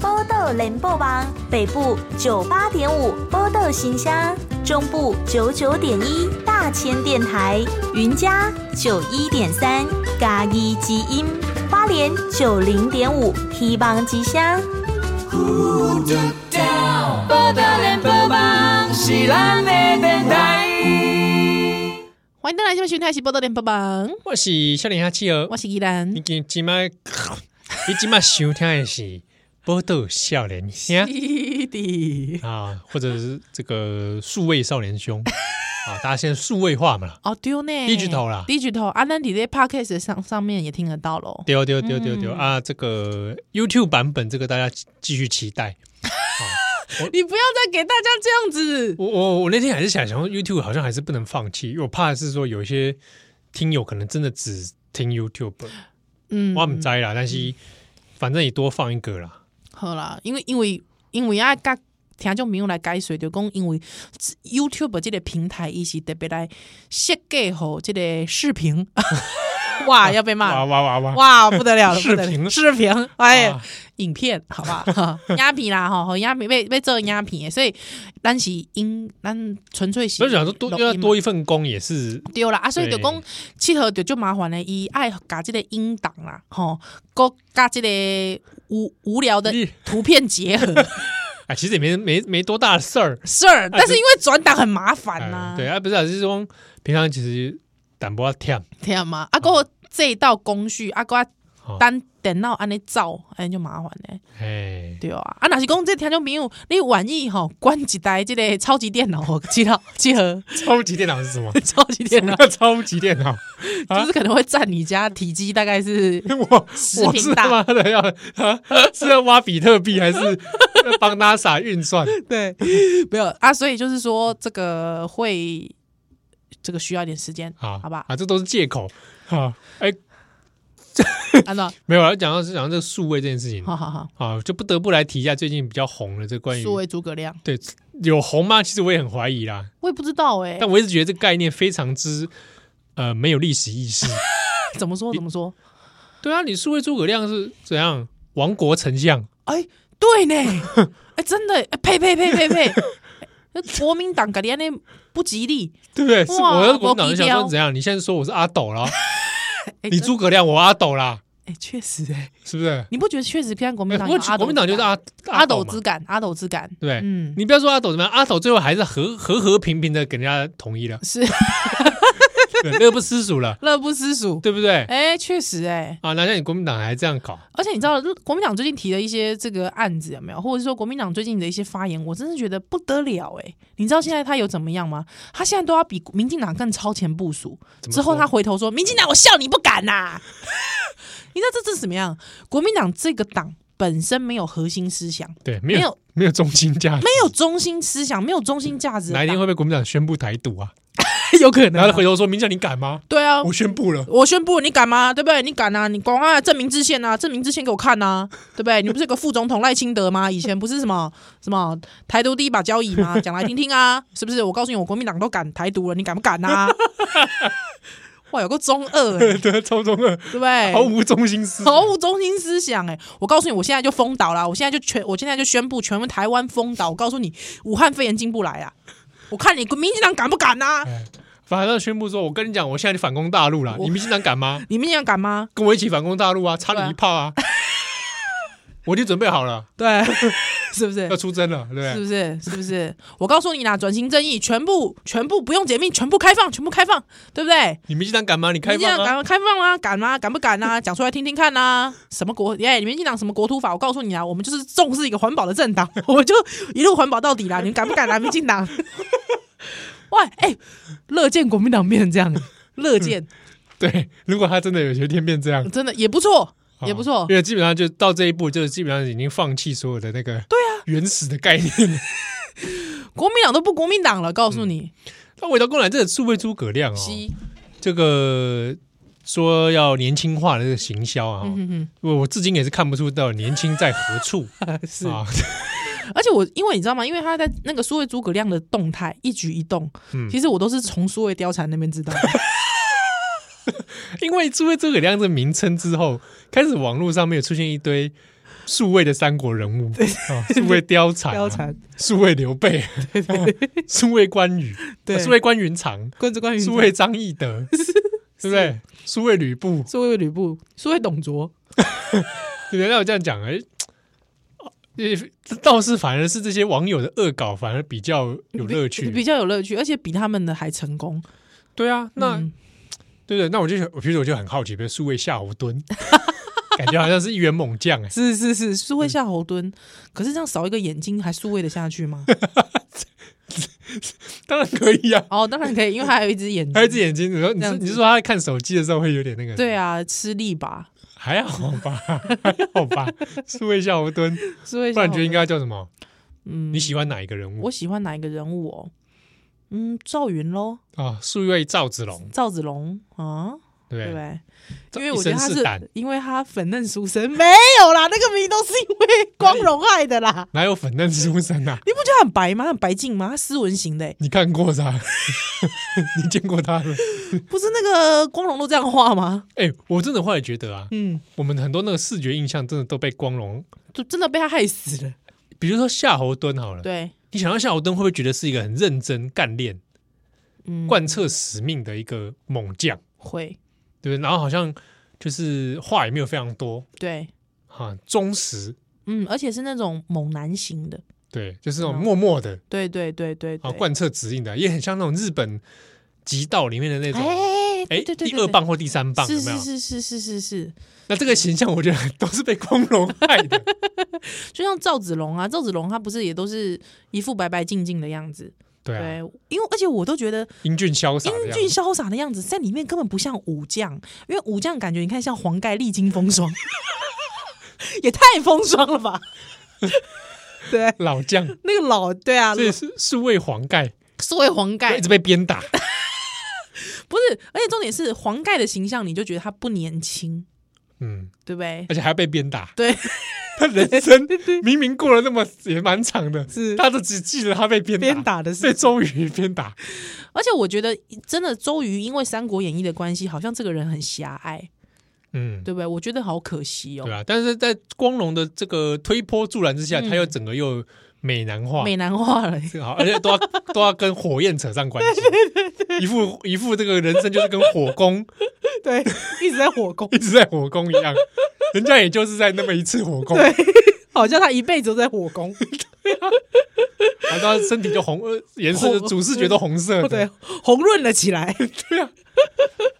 [SPEAKER 4] 报道联播网，北部九八点五波豆新乡，中部九九点一大千电台，云嘉九一点三嘉义之音，花莲九零点五希望之声。
[SPEAKER 1] 欢迎大家收听《台西报道点帮忙》，
[SPEAKER 2] 我是少年下企鹅
[SPEAKER 1] 我，是依兰
[SPEAKER 2] 你。今今麦，你今麦收听的是波豆少年兄
[SPEAKER 1] 弟弟
[SPEAKER 2] 啊，或者是这个数位少 年兄啊，大家现在数位化嘛，
[SPEAKER 1] 哦，丢呢
[SPEAKER 2] ，digital 啦
[SPEAKER 1] ，digital 啊，那你在 podcast 上上面也听得到喽。
[SPEAKER 2] 丢丢丢丢丢
[SPEAKER 1] 嗯
[SPEAKER 2] 啊，这个 YouTube 版本这个大家继续期待。
[SPEAKER 1] 你不要再给大家这样子，
[SPEAKER 2] 我我我那天还是想想说，YouTube 好像还是不能放弃，因为我怕是说有一些听友可能真的只听 YouTube，
[SPEAKER 1] 嗯，
[SPEAKER 2] 我唔知啦，但是反正也多放一个啦。
[SPEAKER 1] 好啦，因为因为因为啊，甲听众朋友来解说，就讲因为 YouTube 这个平台，伊是特别来设计好这个视 频，哇，要被骂
[SPEAKER 2] 哇
[SPEAKER 1] 了。
[SPEAKER 2] 哇哇哇！
[SPEAKER 1] 哇，不得了了，
[SPEAKER 2] 视
[SPEAKER 1] 不得了
[SPEAKER 2] 频
[SPEAKER 1] 视频，哎
[SPEAKER 2] 哇，
[SPEAKER 1] 影片，好吧， 哈鸦片啦，哈，吼鸦片被被做鸦片的，所以咱是音，咱纯粹是
[SPEAKER 2] 所以想说多
[SPEAKER 1] 录音嘛，
[SPEAKER 2] 啊要多一份工也是
[SPEAKER 1] 对啦，啊，所以就
[SPEAKER 2] 对
[SPEAKER 1] 讲，七号就就麻烦了，伊爱加这个音档啦，吼，搁加这个无无聊的
[SPEAKER 2] 你
[SPEAKER 1] 图片结 合
[SPEAKER 2] 哎，其实也没没没多大的事儿。
[SPEAKER 1] 事儿，但是因为转档很麻烦呐
[SPEAKER 2] 哎，啊对，啊，不是啊，就是说平常其实淡薄要啊忝，
[SPEAKER 1] 听吗？啊，搁这一道工序，啊，搁
[SPEAKER 2] 哦
[SPEAKER 1] 单电脑安尼照，安尼就麻烦嘞，
[SPEAKER 2] 哎，
[SPEAKER 1] 对啊，啊，若是讲这听众朋友，你愿意吼关一台这个超级电脑， 哦，七号七号
[SPEAKER 2] 超级电脑是什么？
[SPEAKER 1] 超级电脑，
[SPEAKER 2] 那超级 电脑，啊
[SPEAKER 1] 就是可能会占你家体积大概是
[SPEAKER 2] 我
[SPEAKER 1] 食
[SPEAKER 2] 我
[SPEAKER 1] 品
[SPEAKER 2] 是他
[SPEAKER 1] 大
[SPEAKER 2] 妈的要啊是要挖比特币还是要帮 NASA 运算？
[SPEAKER 1] 对，没有啊，所以就是说这个会这个需要一点时间，
[SPEAKER 2] 啊，
[SPEAKER 1] 好 吧？
[SPEAKER 2] 啊，这都是借口啊！哎，
[SPEAKER 1] 按照，
[SPEAKER 2] 没有啊，讲到是讲到这个数位这件事情
[SPEAKER 1] 好好好，
[SPEAKER 2] 啊，就不得不来提一下最近比较红的这 关于
[SPEAKER 1] 数位诸葛亮，
[SPEAKER 2] 对有红吗？其实我也很怀疑啦，
[SPEAKER 1] 我也不知道哎、
[SPEAKER 2] 但我一直觉得这个概念非常之呃没有历史意识。
[SPEAKER 1] 怎么说怎么说？
[SPEAKER 2] 对啊，你数位诸葛亮是怎样亡国丞相？
[SPEAKER 1] 哎，对呢， 哎，真的，哎呸呸呸呸呸，那哎国民党搞的那不吉利，
[SPEAKER 2] 对不对？是
[SPEAKER 1] 哇
[SPEAKER 2] 我要国民党
[SPEAKER 1] 我低
[SPEAKER 2] 就想说
[SPEAKER 1] 调
[SPEAKER 2] 怎样？你现在说我是阿斗啦，
[SPEAKER 1] 哎，
[SPEAKER 2] 你
[SPEAKER 1] 真
[SPEAKER 2] 诸葛亮我阿斗啦，
[SPEAKER 1] 哎，确实哎，
[SPEAKER 2] 是不是？
[SPEAKER 1] 你不觉得确实现在国民
[SPEAKER 2] 哎
[SPEAKER 1] 党
[SPEAKER 2] 不
[SPEAKER 1] 有
[SPEAKER 2] 过
[SPEAKER 1] 阿斗之感，
[SPEAKER 2] 国民党就是阿
[SPEAKER 1] 阿斗
[SPEAKER 2] 斗
[SPEAKER 1] 之
[SPEAKER 2] 嘛，
[SPEAKER 1] 感，阿斗之感，
[SPEAKER 2] 对不对？
[SPEAKER 1] 嗯，，
[SPEAKER 2] 你不要说阿斗怎么样，阿斗最后还是和和和平平的给人家统一了
[SPEAKER 1] 是
[SPEAKER 2] 对乐不思蜀了，
[SPEAKER 1] 乐不思蜀，
[SPEAKER 2] 对不对？
[SPEAKER 1] 哎，确实哎，
[SPEAKER 2] 啊，哪像你国民党还这样搞？
[SPEAKER 1] 而且你知道，国民党最近提的一些这个案子有没有，或者是说国民党最近的一些发言，我真是觉得不得了哎、你知道现在他有怎么样吗？他现在都要比民进党更超前部署。
[SPEAKER 2] 怎么
[SPEAKER 1] 之后
[SPEAKER 2] 说
[SPEAKER 1] 他回头说：“民进党，我笑你不敢呐、 你知道这这是怎么样？国民党这个党本身没有核心思想，
[SPEAKER 2] 对，没
[SPEAKER 1] 没
[SPEAKER 2] 有
[SPEAKER 1] 有
[SPEAKER 2] 没有中心价值，
[SPEAKER 1] 没有中心思想，没有中心价值的
[SPEAKER 2] 哪
[SPEAKER 1] 党，
[SPEAKER 2] 一天会被国民党宣布台独啊？
[SPEAKER 1] 有可能
[SPEAKER 2] 然
[SPEAKER 1] 啊、
[SPEAKER 2] 后他回头说：“民进党你敢吗？
[SPEAKER 1] 对啊，
[SPEAKER 2] 我宣布了。
[SPEAKER 1] 我宣布，你敢吗？对不对？你敢啊！你广啊，证明之线啊，证明之线给我看呐、对不对？你不是有个副总统赖清德 吗？以前不是什么什么台独第一把交椅吗？讲来听听啊，是不是？我告诉你，我国民党都敢台独了，你敢不敢 呐、啊？哇，有个中二、欸，”
[SPEAKER 2] 对，超中二，
[SPEAKER 1] 对不对？
[SPEAKER 2] 毫无中心思想，
[SPEAKER 1] 毫无中心思想哎、我告诉你，我现在就封岛啊啦！我现在就全，我现在就宣布全台湾封岛。我告诉你，武汉肺炎进不来啊！我看你民进党敢不敢呐、啊？
[SPEAKER 2] 反正宣布说：“我跟你讲，我现在就反攻大陆了，你民进党敢吗？
[SPEAKER 1] 你民进党敢吗？
[SPEAKER 2] 跟我一起反攻大陆 啊，插你一炮啊！”我已经准备好了，
[SPEAKER 1] 对， 是不是
[SPEAKER 2] 要？出征了，对不
[SPEAKER 1] 是
[SPEAKER 2] 对？
[SPEAKER 1] 不是？是不是？我告诉你啦，转型正义全部全部不用解密，全部开放，全部开放，对不对？
[SPEAKER 2] 你民进党敢吗？你开
[SPEAKER 1] 民进
[SPEAKER 2] 放
[SPEAKER 1] 党
[SPEAKER 2] 啊！
[SPEAKER 1] 敢开放啊？敢吗、敢不敢啊？讲出来听听看啊！什么国？哎、民进党什么国土法？我告诉你啊，我们就是重视一个环保的政党， 我们就一路环保到底啦！你们敢不敢啊？民进党？ 喂，哎、乐见国民党变成这样，乐见
[SPEAKER 2] 对，如果他真的有一天变这样，
[SPEAKER 1] 真的也不错，也不错
[SPEAKER 2] 啊。因为基本上就到这一步，就基本上已经放弃所有的那个对啊原始的概念。
[SPEAKER 1] 国民党都不国民党了，告诉你，
[SPEAKER 2] 那回到过来，这个数位诸葛亮哦，
[SPEAKER 1] 西、
[SPEAKER 2] 这个说要年轻化的这个行销啊，
[SPEAKER 1] 嗯哼哼。
[SPEAKER 2] 我我至今也是看不出到底年轻在何处
[SPEAKER 1] 是
[SPEAKER 2] 啊。
[SPEAKER 1] 而且我因为你知道吗？因为他在那个苏位诸葛亮的动态一举一动，
[SPEAKER 2] 嗯
[SPEAKER 1] 其实我都是从苏位貂蝉那边知道 的。
[SPEAKER 2] 因为“诸位诸葛亮”这名称之后，开始网络上面有出现一堆数位的三国人物，啊数位貂蝉，
[SPEAKER 1] 貂蝉，
[SPEAKER 2] 数位刘备，啊数位关羽，啊
[SPEAKER 1] 对
[SPEAKER 2] 数位关云长，
[SPEAKER 1] 关着关羽，
[SPEAKER 2] 数位张翼德，对不对？数位吕布，
[SPEAKER 1] 苏位吕布，苏位董卓，
[SPEAKER 2] 对不对？那我这样讲，哎，呃，倒是反而是这些网友的恶搞，反而比较有乐趣。
[SPEAKER 1] 比较有乐趣，而且比他们的还成功。
[SPEAKER 2] 对啊，那、
[SPEAKER 1] 嗯
[SPEAKER 2] 对对，那我就想，我其实我就很好奇，比如数位夏侯惇， 感觉好像是一员猛将哎、
[SPEAKER 1] 是是是，苏位夏侯惇，可是这样少一个眼睛还苏位的下去吗？
[SPEAKER 2] 当然可以啊，
[SPEAKER 1] 哦，当然可以，因为他还有一只眼睛，
[SPEAKER 2] 还有一只眼睛，你说你
[SPEAKER 1] 这
[SPEAKER 2] 是
[SPEAKER 1] 样子
[SPEAKER 2] 你是说他在看手机的时候会有点那个？
[SPEAKER 1] 对，啊，吃力吧？
[SPEAKER 2] 还好吧， 还好 吧，数位夏侯惇，
[SPEAKER 1] 苏位夏
[SPEAKER 2] 不然你觉得应
[SPEAKER 1] 侯惇
[SPEAKER 2] 该叫什么？
[SPEAKER 1] 嗯
[SPEAKER 2] 你喜欢哪一个人物
[SPEAKER 1] 我？喜欢哪一个人物哦？嗯，赵云喽，
[SPEAKER 2] 啊，数位赵子龙，
[SPEAKER 1] 赵子龙啊，
[SPEAKER 2] 对
[SPEAKER 1] 对
[SPEAKER 2] 不
[SPEAKER 1] 不
[SPEAKER 2] 对？
[SPEAKER 1] 对？
[SPEAKER 2] 赵
[SPEAKER 1] 因为我觉得他
[SPEAKER 2] 一身是胆
[SPEAKER 1] 是，因为他粉嫩书生，没有啦，那个名都是因为光荣害的啦。
[SPEAKER 2] 哪有粉嫩书生啊？
[SPEAKER 1] 你不觉得他很白吗？很白净吗？他斯文型的欸、
[SPEAKER 2] 你看过他？ 你见过他 了？
[SPEAKER 1] 不是那个光荣都这样画吗？
[SPEAKER 2] 哎、我真的后来觉得啊，
[SPEAKER 1] 嗯，
[SPEAKER 2] 我们很多那个视觉印象真的都被光荣，
[SPEAKER 1] 就真的被他害死了。
[SPEAKER 2] 比如说夏侯惇好了，
[SPEAKER 1] 对，
[SPEAKER 2] 你想到夏侯惇会不会觉得是一个很认真、干练、
[SPEAKER 1] 嗯，
[SPEAKER 2] 贯彻使命的一个猛将，
[SPEAKER 1] 会，
[SPEAKER 2] 对不对？然后好像就是话也没有非常多
[SPEAKER 1] 对，
[SPEAKER 2] 啊，忠实，
[SPEAKER 1] 嗯，而且是那种猛男型的，
[SPEAKER 2] 对，就是那种默默的
[SPEAKER 1] 对对对对
[SPEAKER 2] 啊，
[SPEAKER 1] 嗯对，
[SPEAKER 2] 贯彻指令的，也很像那种日本极道里面的那种，
[SPEAKER 1] 哎，
[SPEAKER 2] 哎、
[SPEAKER 1] 对对对，
[SPEAKER 2] 第
[SPEAKER 1] 对
[SPEAKER 2] 二，棒或第三棒
[SPEAKER 1] 是
[SPEAKER 2] 有没有？
[SPEAKER 1] 是是是是是是，
[SPEAKER 2] 那这个形象我觉得都是被光荣害的，
[SPEAKER 1] 就像赵子龙啊，赵子龙他不是也都是一副白白净净的样子，
[SPEAKER 2] 对啊，
[SPEAKER 1] 对，因为而且我都觉得
[SPEAKER 2] 英俊潇洒的
[SPEAKER 1] 英
[SPEAKER 2] 样子，
[SPEAKER 1] 俊潇洒的样子在里面根本不像武将，因为武将感觉你看像黄盖历经风霜， 也太风霜了吧？ 对，
[SPEAKER 2] 老将，
[SPEAKER 1] 那个老对啊，
[SPEAKER 2] 这也是数位黄盖，
[SPEAKER 1] 所谓黄盖
[SPEAKER 2] 一直被鞭打。
[SPEAKER 1] 不是，而且重点是黄盖的形象，你就觉得他不年轻，
[SPEAKER 2] 嗯，
[SPEAKER 1] 对不对？
[SPEAKER 2] 而且还要被鞭打。
[SPEAKER 1] 对，
[SPEAKER 2] 他人生明明过了那么也蛮长的，
[SPEAKER 1] 是
[SPEAKER 2] 他都只记得他被鞭
[SPEAKER 1] 鞭打的
[SPEAKER 2] 被
[SPEAKER 1] 事。
[SPEAKER 2] 周瑜 鞭打。
[SPEAKER 1] 而且我觉得真的周瑜因为《三国演义》的关系，好像这个人很狭隘，
[SPEAKER 2] 嗯，
[SPEAKER 1] 对不对？我觉得好可惜
[SPEAKER 2] 对啊
[SPEAKER 1] 哦，
[SPEAKER 2] 吧？但是在光荣的这个推波助澜之下，
[SPEAKER 1] 嗯
[SPEAKER 2] 他又整个又美男化，
[SPEAKER 1] 美男化了。
[SPEAKER 2] 这个好，而且都要 都要跟火焰扯上关系，一副一副这个人生就是跟火攻
[SPEAKER 1] 对，一直在火攻，
[SPEAKER 2] 一直在火攻一样，人家也就是在那么一次火攻，
[SPEAKER 1] 对好像他一辈子都在火攻。
[SPEAKER 2] 然后他身体就红，呃颜色就主视觉都红色的，
[SPEAKER 1] 对， 红润了起来。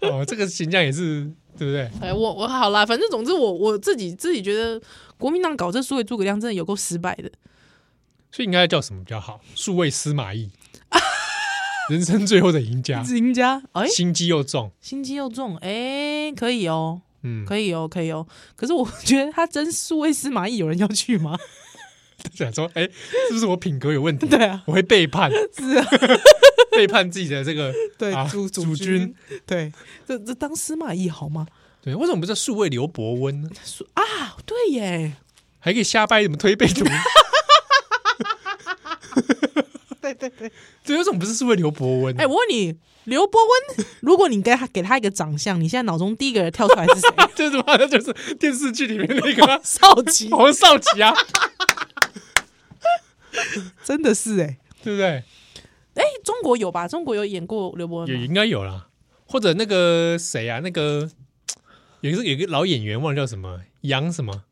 [SPEAKER 2] 哦，这个形象也是对不对？
[SPEAKER 1] 哎，我我好啦，反正总之我我自己自己觉得国民党搞这苏伟诸葛亮真的有够失败的。
[SPEAKER 2] 所以应该叫什么比较好？数位司马 懿，人生最后的赢家，
[SPEAKER 1] 赢家哎，
[SPEAKER 2] 心机又重，
[SPEAKER 1] 心机又重哎，可以哦，
[SPEAKER 2] 嗯，
[SPEAKER 1] 可以哦，可以哦。可是我 觉得他真苏位司马懿有人要去吗？
[SPEAKER 2] 想说，哎、是不是我品格有问题？
[SPEAKER 1] 对啊，
[SPEAKER 2] 我会背叛，
[SPEAKER 1] 是啊，
[SPEAKER 2] 背叛自己的这个
[SPEAKER 1] 对
[SPEAKER 2] 啊
[SPEAKER 1] 主主
[SPEAKER 2] 主君
[SPEAKER 1] 君。对，这这当司马懿好吗？
[SPEAKER 2] 对，为什么不叫数位刘伯温呢？
[SPEAKER 1] 说啊，对耶，
[SPEAKER 2] 还可以瞎掰什么推背图？
[SPEAKER 1] 对对对。
[SPEAKER 2] 对，为什么不是数位刘伯温？
[SPEAKER 1] 哎、我问你，刘伯温，如果你给他给他一个长相，你现在脑中第一个人跳出来是谁？
[SPEAKER 2] 这他妈的就是电视剧里面那个啊
[SPEAKER 1] 少奇，
[SPEAKER 2] 黄少祺啊，
[SPEAKER 1] 真的是哎、
[SPEAKER 2] 对不对？
[SPEAKER 1] 哎、中国有吧？中国有演过刘伯温
[SPEAKER 2] 也
[SPEAKER 1] 吗？
[SPEAKER 2] 应该有啦，或者那个谁啊，那个有一个有一个老演员忘了叫什么杨什么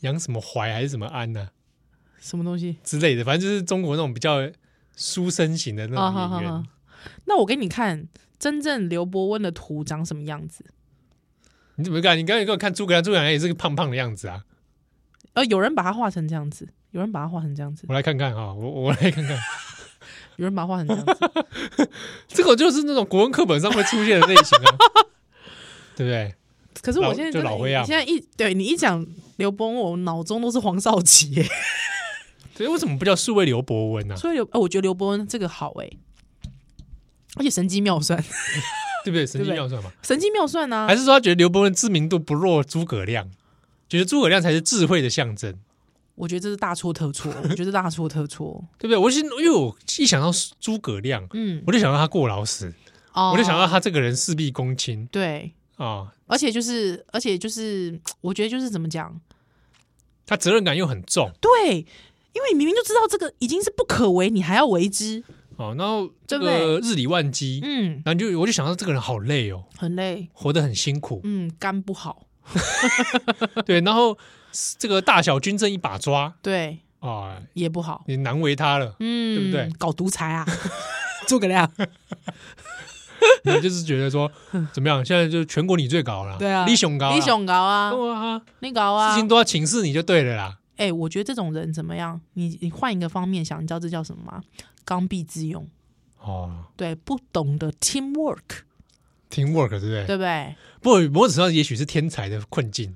[SPEAKER 2] 杨什么怀还是什么安呐、
[SPEAKER 1] 什么东西？
[SPEAKER 2] 之类的，反正就是中国那种比较书生型的那
[SPEAKER 1] 啊，
[SPEAKER 2] 种
[SPEAKER 1] 好
[SPEAKER 2] 演
[SPEAKER 1] 好
[SPEAKER 2] 员。
[SPEAKER 1] 好。那我给你看真正刘伯温的图长什么样子。
[SPEAKER 2] 你怎么看？你刚才给我看诸葛亮，诸葛亮也是个胖胖的样子啊。
[SPEAKER 1] 呃，有人把它画成这样子，有人把它画成这样子，
[SPEAKER 2] 我来看看哈，我我来看看，
[SPEAKER 1] 有人把它画成这样 子。
[SPEAKER 2] 这个就是那种国文课本上会出现的类型啊， 对不对？
[SPEAKER 1] 可是我
[SPEAKER 2] 老
[SPEAKER 1] 现在
[SPEAKER 2] 就
[SPEAKER 1] 真的
[SPEAKER 2] 老灰啊
[SPEAKER 1] 你现在一对你一讲刘伯温，我脑中都是黄少祺 耶。
[SPEAKER 2] 所以为什么不叫数位刘伯温呢、啊？
[SPEAKER 1] 所以刘，呃我觉得刘伯温这个好哎，而且神机妙算，
[SPEAKER 2] 对不对？神经
[SPEAKER 1] 对不对
[SPEAKER 2] 妙算嘛？
[SPEAKER 1] 神机妙算啊
[SPEAKER 2] 还，是说他觉得刘伯温知名度不弱诸葛亮，觉得诸葛亮才是智慧的象征，
[SPEAKER 1] 我觉得这是大错特错， 我觉得大错特错。
[SPEAKER 2] 对不对？我是因为我一想到诸葛亮，
[SPEAKER 1] 嗯，
[SPEAKER 2] 我就想到他过劳死，
[SPEAKER 1] 哦
[SPEAKER 2] 我就想到他这个人事必躬亲
[SPEAKER 1] 对，
[SPEAKER 2] 啊，
[SPEAKER 1] 而且就是，而且就是，我觉得就是怎么讲，
[SPEAKER 2] 他责任感又很重
[SPEAKER 1] 对，因为你明明就知道这个已经是不可为，你还要为之，
[SPEAKER 2] 哦，然后这
[SPEAKER 1] 对不
[SPEAKER 2] 个日理万机，
[SPEAKER 1] 嗯，
[SPEAKER 2] 然后就我就想到这个人好累哦，
[SPEAKER 1] 很累，
[SPEAKER 2] 活得很辛苦，
[SPEAKER 1] 嗯，肝不好，
[SPEAKER 2] 对，然后这个大小军政一把抓
[SPEAKER 1] 对，
[SPEAKER 2] 啊，
[SPEAKER 1] 也不好，
[SPEAKER 2] 你难为他了，
[SPEAKER 1] 嗯，
[SPEAKER 2] 对不对？
[SPEAKER 1] 搞独裁啊，诸葛亮，
[SPEAKER 2] 你就是觉得说怎么样？现在就是全国你最高了，
[SPEAKER 1] 对啊
[SPEAKER 2] 李雄高啦，
[SPEAKER 1] 你想搞啊，
[SPEAKER 2] 哇，
[SPEAKER 1] 你搞
[SPEAKER 2] 哦事
[SPEAKER 1] 啊，
[SPEAKER 2] 情都要请示你就对了啦。
[SPEAKER 1] 哎、我觉得这种人怎么样？你你换一个方面想，你知道这叫什么吗？刚愎自用，
[SPEAKER 2] 哦
[SPEAKER 1] 对，不懂得 teamwork，
[SPEAKER 2] ，teamwork 对不对？
[SPEAKER 1] 对不对？
[SPEAKER 2] 不过某种程度上也许是天才的困境，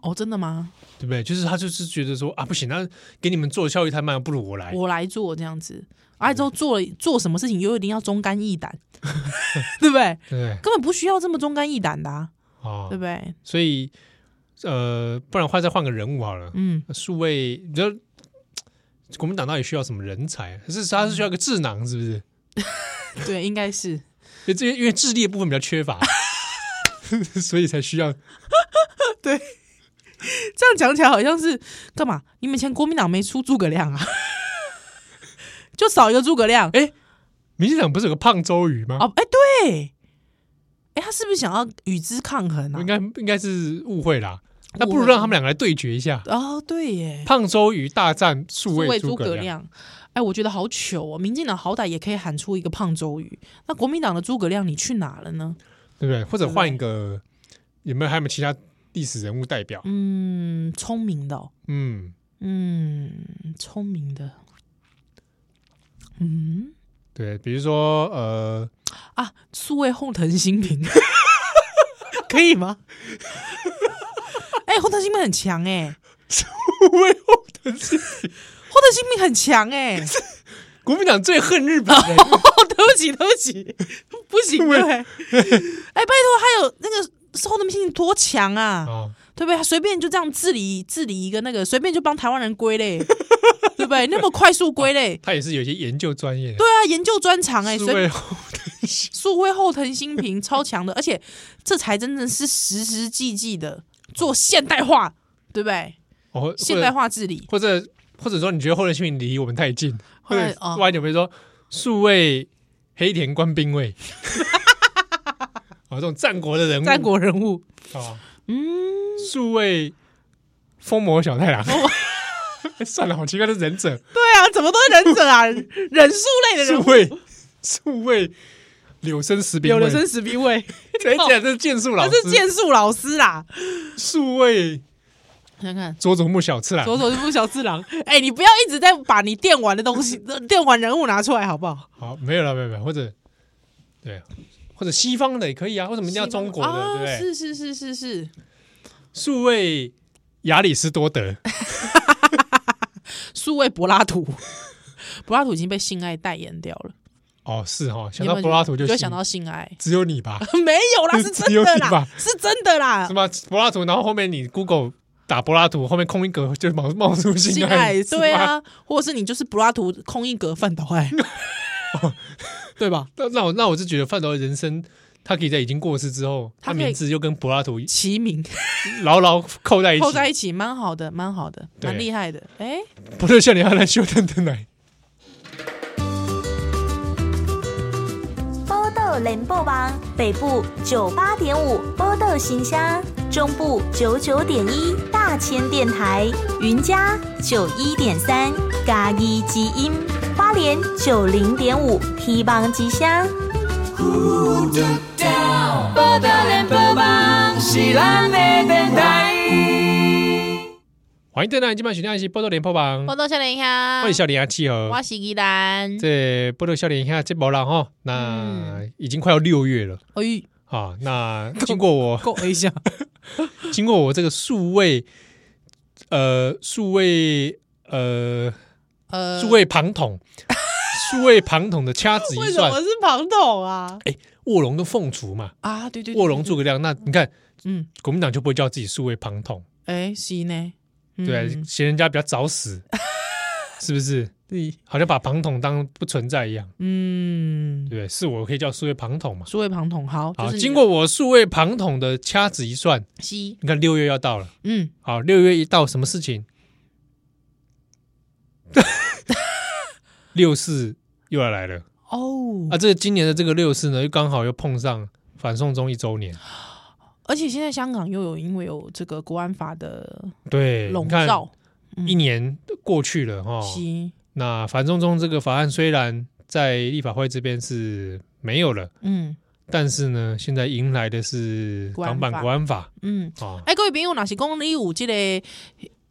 [SPEAKER 1] 哦，真的吗？
[SPEAKER 2] 对不对？就是他就是觉得说啊，不行，那给你们做效率太慢，不如我来。
[SPEAKER 1] 我来做这样子，而且之后做了做什么事情又一定要忠肝义胆，对不对？
[SPEAKER 2] 对不对？
[SPEAKER 1] 根本不需要这么忠肝义胆的、啊，对
[SPEAKER 2] 哦，
[SPEAKER 1] 不对？
[SPEAKER 2] 所以呃，不然换再换个人物好了。
[SPEAKER 1] 嗯，
[SPEAKER 2] 数位，你知道国民党到底需要什么人才？是他是需要一个智囊，是不是？
[SPEAKER 1] 对，应该是
[SPEAKER 2] 因为这因为智力的部分比较缺乏， 所以才需要
[SPEAKER 1] 这样讲起来好像是干嘛？你们以前国民党没出诸葛亮啊， 就少一个诸葛亮。
[SPEAKER 2] 民进党不是有个胖周瑜吗？
[SPEAKER 1] 哦，哎、对，哎、他是不是想要与之抗衡啊
[SPEAKER 2] 应？该应该是误会啦。
[SPEAKER 1] 会
[SPEAKER 2] 那不如让他们两个来对决一下，
[SPEAKER 1] 哦，对耶，
[SPEAKER 2] 胖周瑜大战数位
[SPEAKER 1] 为
[SPEAKER 2] 诸
[SPEAKER 1] 诸
[SPEAKER 2] 葛
[SPEAKER 1] 葛
[SPEAKER 2] 亮。
[SPEAKER 1] 亮。哎，我觉得好糗哦！民进党好歹也可以喊出一个胖周瑜，那国民党的诸葛亮你去哪了呢？
[SPEAKER 2] 对不对？或者换一个，有没有还有没有其他历史人物代表？
[SPEAKER 1] 嗯，聪明的、哦，
[SPEAKER 2] 嗯，
[SPEAKER 1] 嗯，聪明的，嗯
[SPEAKER 2] 对，比如说呃，
[SPEAKER 1] 啊，素位后藤新平，可以吗？哎、后藤新平很强哎、
[SPEAKER 2] 魏后藤新
[SPEAKER 1] 后藤新平很强哎、
[SPEAKER 2] 国民党最 恨日本人，
[SPEAKER 1] 哦，对不起，对不起，不行，对不对？哎、拜托，还有那个后藤新平多强啊！
[SPEAKER 2] 啊，
[SPEAKER 1] 对不对？他随便就这样治理治理一个那个，随便就帮台湾人归 类，对不对？那么快速归类，
[SPEAKER 2] 他也是有一些研究专业的。
[SPEAKER 1] 对啊，研究专长哎、
[SPEAKER 2] 数
[SPEAKER 1] 所以
[SPEAKER 2] 位后藤新
[SPEAKER 1] 素辉后藤新平超强的，而且这才真正是实实际际的做现代化，对不对？
[SPEAKER 2] 哦，或者
[SPEAKER 1] 现代化治理，
[SPEAKER 2] 或者或者说你觉得后藤新平离我们太近，或
[SPEAKER 1] 后来
[SPEAKER 2] 者
[SPEAKER 1] 哦
[SPEAKER 2] 歪一点，比如说数位黑田官兵卫， 啊，这种战国的人物，
[SPEAKER 1] 战国人物，
[SPEAKER 2] 啊，
[SPEAKER 1] 嗯，
[SPEAKER 2] 数位疯魔小太郎。 哎算了，好奇怪，这忍者
[SPEAKER 1] 对啊，怎么都是忍者啊，忍术类的人
[SPEAKER 2] 数
[SPEAKER 1] 物，
[SPEAKER 2] 位数位柳生十兵
[SPEAKER 1] 有
[SPEAKER 2] 卫，
[SPEAKER 1] 的生死兵卫，
[SPEAKER 2] 而且这是剑术老
[SPEAKER 1] 他
[SPEAKER 2] 师，
[SPEAKER 1] 是剑术老师啦。
[SPEAKER 2] 数位
[SPEAKER 1] 看看
[SPEAKER 2] 佐佐木小次郎，
[SPEAKER 1] 左手是木小次郎，哎、你不要一直在把你电玩的东西、电玩人物拿出来好不好？
[SPEAKER 2] 好，没有了，没有没有，或者对，啊或者西方的也可以啊，为什么一定要中国的，
[SPEAKER 1] 啊
[SPEAKER 2] 对不对？
[SPEAKER 1] 是是是是是，
[SPEAKER 2] 数位亚里士多德，
[SPEAKER 1] 数位柏拉图，柏拉图已经被性爱代言掉了。
[SPEAKER 2] 哦，是哈，
[SPEAKER 1] 你
[SPEAKER 2] 想
[SPEAKER 1] 有
[SPEAKER 2] 到
[SPEAKER 1] 没有
[SPEAKER 2] 柏拉图
[SPEAKER 1] 觉得
[SPEAKER 2] 就
[SPEAKER 1] 就会
[SPEAKER 2] 信
[SPEAKER 1] 想到性 爱，
[SPEAKER 2] 只有 你吧，
[SPEAKER 1] 没有啦，是
[SPEAKER 2] 只
[SPEAKER 1] 真
[SPEAKER 2] 有
[SPEAKER 1] 的
[SPEAKER 2] 你吧
[SPEAKER 1] 啦，是真的啦
[SPEAKER 2] 是。吗？柏拉图，然后后面你 Google 打柏拉图，后面空一格就冒冒出性
[SPEAKER 1] 性
[SPEAKER 2] 爱，
[SPEAKER 1] 爱
[SPEAKER 2] 是
[SPEAKER 1] 对
[SPEAKER 2] 吗，
[SPEAKER 1] 啊，或者是你就是柏拉图空一格范岛 爱，对吧？
[SPEAKER 2] 那那我那我就觉得范德人生。他可以在已经过世之后，
[SPEAKER 1] 他
[SPEAKER 2] 他
[SPEAKER 1] 可以
[SPEAKER 2] 名字就跟柏拉图
[SPEAKER 1] 齐名
[SPEAKER 2] 牢牢扣在一起，
[SPEAKER 1] 扣在一起，蛮好的，蛮好的，
[SPEAKER 2] 对
[SPEAKER 1] 蛮厉害的。哎，
[SPEAKER 2] 不是像你阿兰修登登来，
[SPEAKER 4] 波豆联播网北部九八点五波豆新乡，中部九九点一大千电台，云嘉九一点三咖喱基音，花莲九零点五 T 邦吉祥。
[SPEAKER 5] 报道联播网是咱的电台。
[SPEAKER 2] 欢迎登来，今晚选听一起波多连破榜，
[SPEAKER 1] 我
[SPEAKER 2] 欢
[SPEAKER 1] 到笑脸呀
[SPEAKER 2] 迎笑脸阿七和
[SPEAKER 1] 我是依兰。
[SPEAKER 2] 这波多笑脸一下这波浪哈，那
[SPEAKER 1] 嗯
[SPEAKER 2] 已经快要六月了
[SPEAKER 1] 哎，
[SPEAKER 2] 啊。那经过我
[SPEAKER 1] 够一下，
[SPEAKER 2] 经过我这个数位呃数位呃
[SPEAKER 1] 呃，
[SPEAKER 2] 数位庞 统数位庞统的掐指
[SPEAKER 1] 为
[SPEAKER 2] 一
[SPEAKER 1] 什
[SPEAKER 2] 算
[SPEAKER 1] 么，是庞统啊？
[SPEAKER 2] 卧龙跟凤雏嘛，
[SPEAKER 1] 啊，对对，对
[SPEAKER 2] 卧龙，诸葛亮。那你看
[SPEAKER 1] 嗯，
[SPEAKER 2] 国民党就不会叫自己数位庞统，
[SPEAKER 1] 哎，是呢，嗯
[SPEAKER 2] 对，嫌人家比较早 死，是不是？
[SPEAKER 1] 对，
[SPEAKER 2] 好像把庞统当不存在一样，对
[SPEAKER 1] 嗯
[SPEAKER 2] 不，对？是我可以叫数位庞统嘛？
[SPEAKER 1] 数位庞统，好，就
[SPEAKER 2] 好，
[SPEAKER 1] 是你
[SPEAKER 2] 经过我数位庞统的掐指一算，
[SPEAKER 1] 西，
[SPEAKER 2] 你看六月要到了。
[SPEAKER 1] 嗯，
[SPEAKER 2] 好，六月一到，什么事情？ 六四又要来了
[SPEAKER 1] 哦，
[SPEAKER 2] 啊！这今年的这个六四呢，又刚好又碰上反送中一周年，
[SPEAKER 1] 而且现在香港又有因为有这个国安法的
[SPEAKER 2] 对，
[SPEAKER 1] 笼
[SPEAKER 2] 哎你看哦
[SPEAKER 1] 罩，
[SPEAKER 2] 一年过去了哈，
[SPEAKER 1] 期，
[SPEAKER 2] 那反送中这个法案虽然在立法会这边是没有了，
[SPEAKER 1] 嗯
[SPEAKER 2] 但是呢，现在迎来的是
[SPEAKER 1] 国安
[SPEAKER 2] 港版
[SPEAKER 1] 法
[SPEAKER 2] 国安法
[SPEAKER 1] 嗯。
[SPEAKER 2] 啊。
[SPEAKER 1] 哎，各位朋友，哪些公里五这类？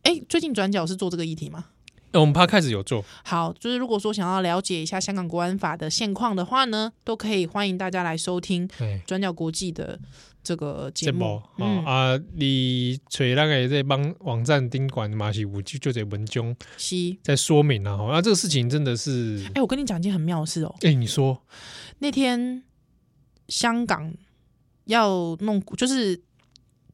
[SPEAKER 1] 哎，最近转角是做这个议题吗？
[SPEAKER 2] 那我们 p 开始有做，
[SPEAKER 1] 好，就是如果说想要了解一下香港国安法的现况的话呢，都可以欢迎大家来收听
[SPEAKER 2] 哎，
[SPEAKER 1] 转角国际的这个节
[SPEAKER 2] 这
[SPEAKER 1] 目
[SPEAKER 2] 波。
[SPEAKER 1] 嗯，
[SPEAKER 2] 啊啊，你找那个在帮网站盯管嘛是有就就这文章
[SPEAKER 1] 西。
[SPEAKER 2] 在说明啊，吼啊，这个事情真的是，
[SPEAKER 1] 哎，我跟你讲一件很妙的事哦，
[SPEAKER 2] 哎，你说，
[SPEAKER 1] 那天香港要弄，就是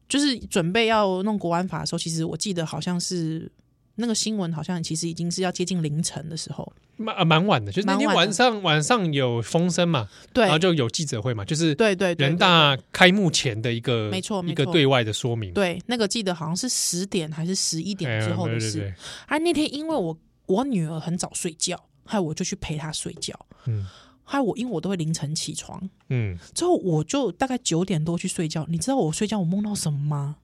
[SPEAKER 1] 就是准备要弄国安法的时候，其实我记得好像是。那个新闻好像其实已经是要接近凌晨的时候，
[SPEAKER 2] 蛮啊蛮晚的，就是那天
[SPEAKER 1] 蛮晚
[SPEAKER 2] 晚
[SPEAKER 1] 的
[SPEAKER 2] 上晚上有风声嘛，
[SPEAKER 1] 对
[SPEAKER 2] 然后啊就有记者会嘛，就是
[SPEAKER 1] 对对对，
[SPEAKER 2] 人
[SPEAKER 1] 对
[SPEAKER 2] 大开幕前的一个
[SPEAKER 1] 没错没
[SPEAKER 2] 一个
[SPEAKER 1] 错
[SPEAKER 2] 对外的说明，
[SPEAKER 1] 对那个记得好像是十点还是十一
[SPEAKER 2] 哎
[SPEAKER 1] 点之后的
[SPEAKER 2] 对对
[SPEAKER 1] 事
[SPEAKER 2] 对，
[SPEAKER 1] 啊，那天因为我我女儿很早睡觉，害我就去陪她睡觉，
[SPEAKER 2] 嗯
[SPEAKER 1] 害我因为我都会凌晨起床，
[SPEAKER 2] 嗯，
[SPEAKER 1] 之后我就大概九点多去睡觉。你知道我睡觉我梦到什么吗？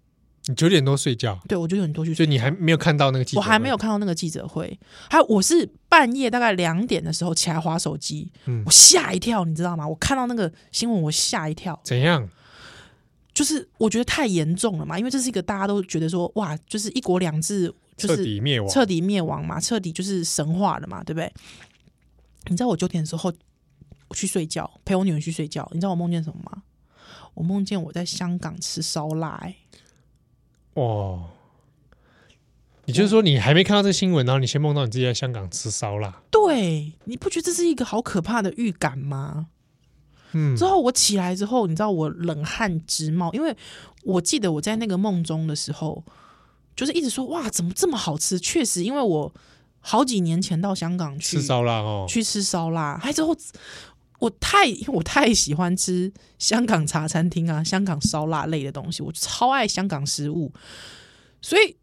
[SPEAKER 2] 你九点多睡觉，
[SPEAKER 1] 对，我九点多去
[SPEAKER 2] 所
[SPEAKER 1] 睡
[SPEAKER 2] 以，你还没有看到那个记者
[SPEAKER 1] 我
[SPEAKER 2] 会，
[SPEAKER 1] 还没有看到那个记者会，还有我是半夜大概两点的时候起来划手机，
[SPEAKER 2] 嗯
[SPEAKER 1] 我吓一跳，你知道吗？我看到那个新闻我吓一跳，
[SPEAKER 2] 怎样，
[SPEAKER 1] 就是我觉得太严重了嘛，因为这是一个大家都觉得说哇，就是一国两制，就
[SPEAKER 2] 彻
[SPEAKER 1] 是
[SPEAKER 2] 底灭亡，
[SPEAKER 1] 彻底灭亡嘛，彻底就是神话了嘛，对不对？你知道我九点的时候我去睡觉，陪我女儿去睡觉，你知道我梦见什么吗？我梦见我在香港吃烧腊、欸，
[SPEAKER 2] 哦。也就是说，你还没看到这新闻，然后你先梦到你自己在香港吃烧腊，
[SPEAKER 1] 对，你不觉得这是一个好可怕的预感吗？
[SPEAKER 2] 嗯
[SPEAKER 1] 之，后我起来之后，你知道我冷汗直冒，因为我记得我在那个梦中的时候，就是一直说哇，怎么这么好吃？确实，因为我好几年前到香港去
[SPEAKER 2] 吃烧腊哦，
[SPEAKER 1] 去吃烧腊，还之后我太因为我太喜欢吃香港茶餐厅啊、香港烧腊类的东西，我超爱香港食物，所以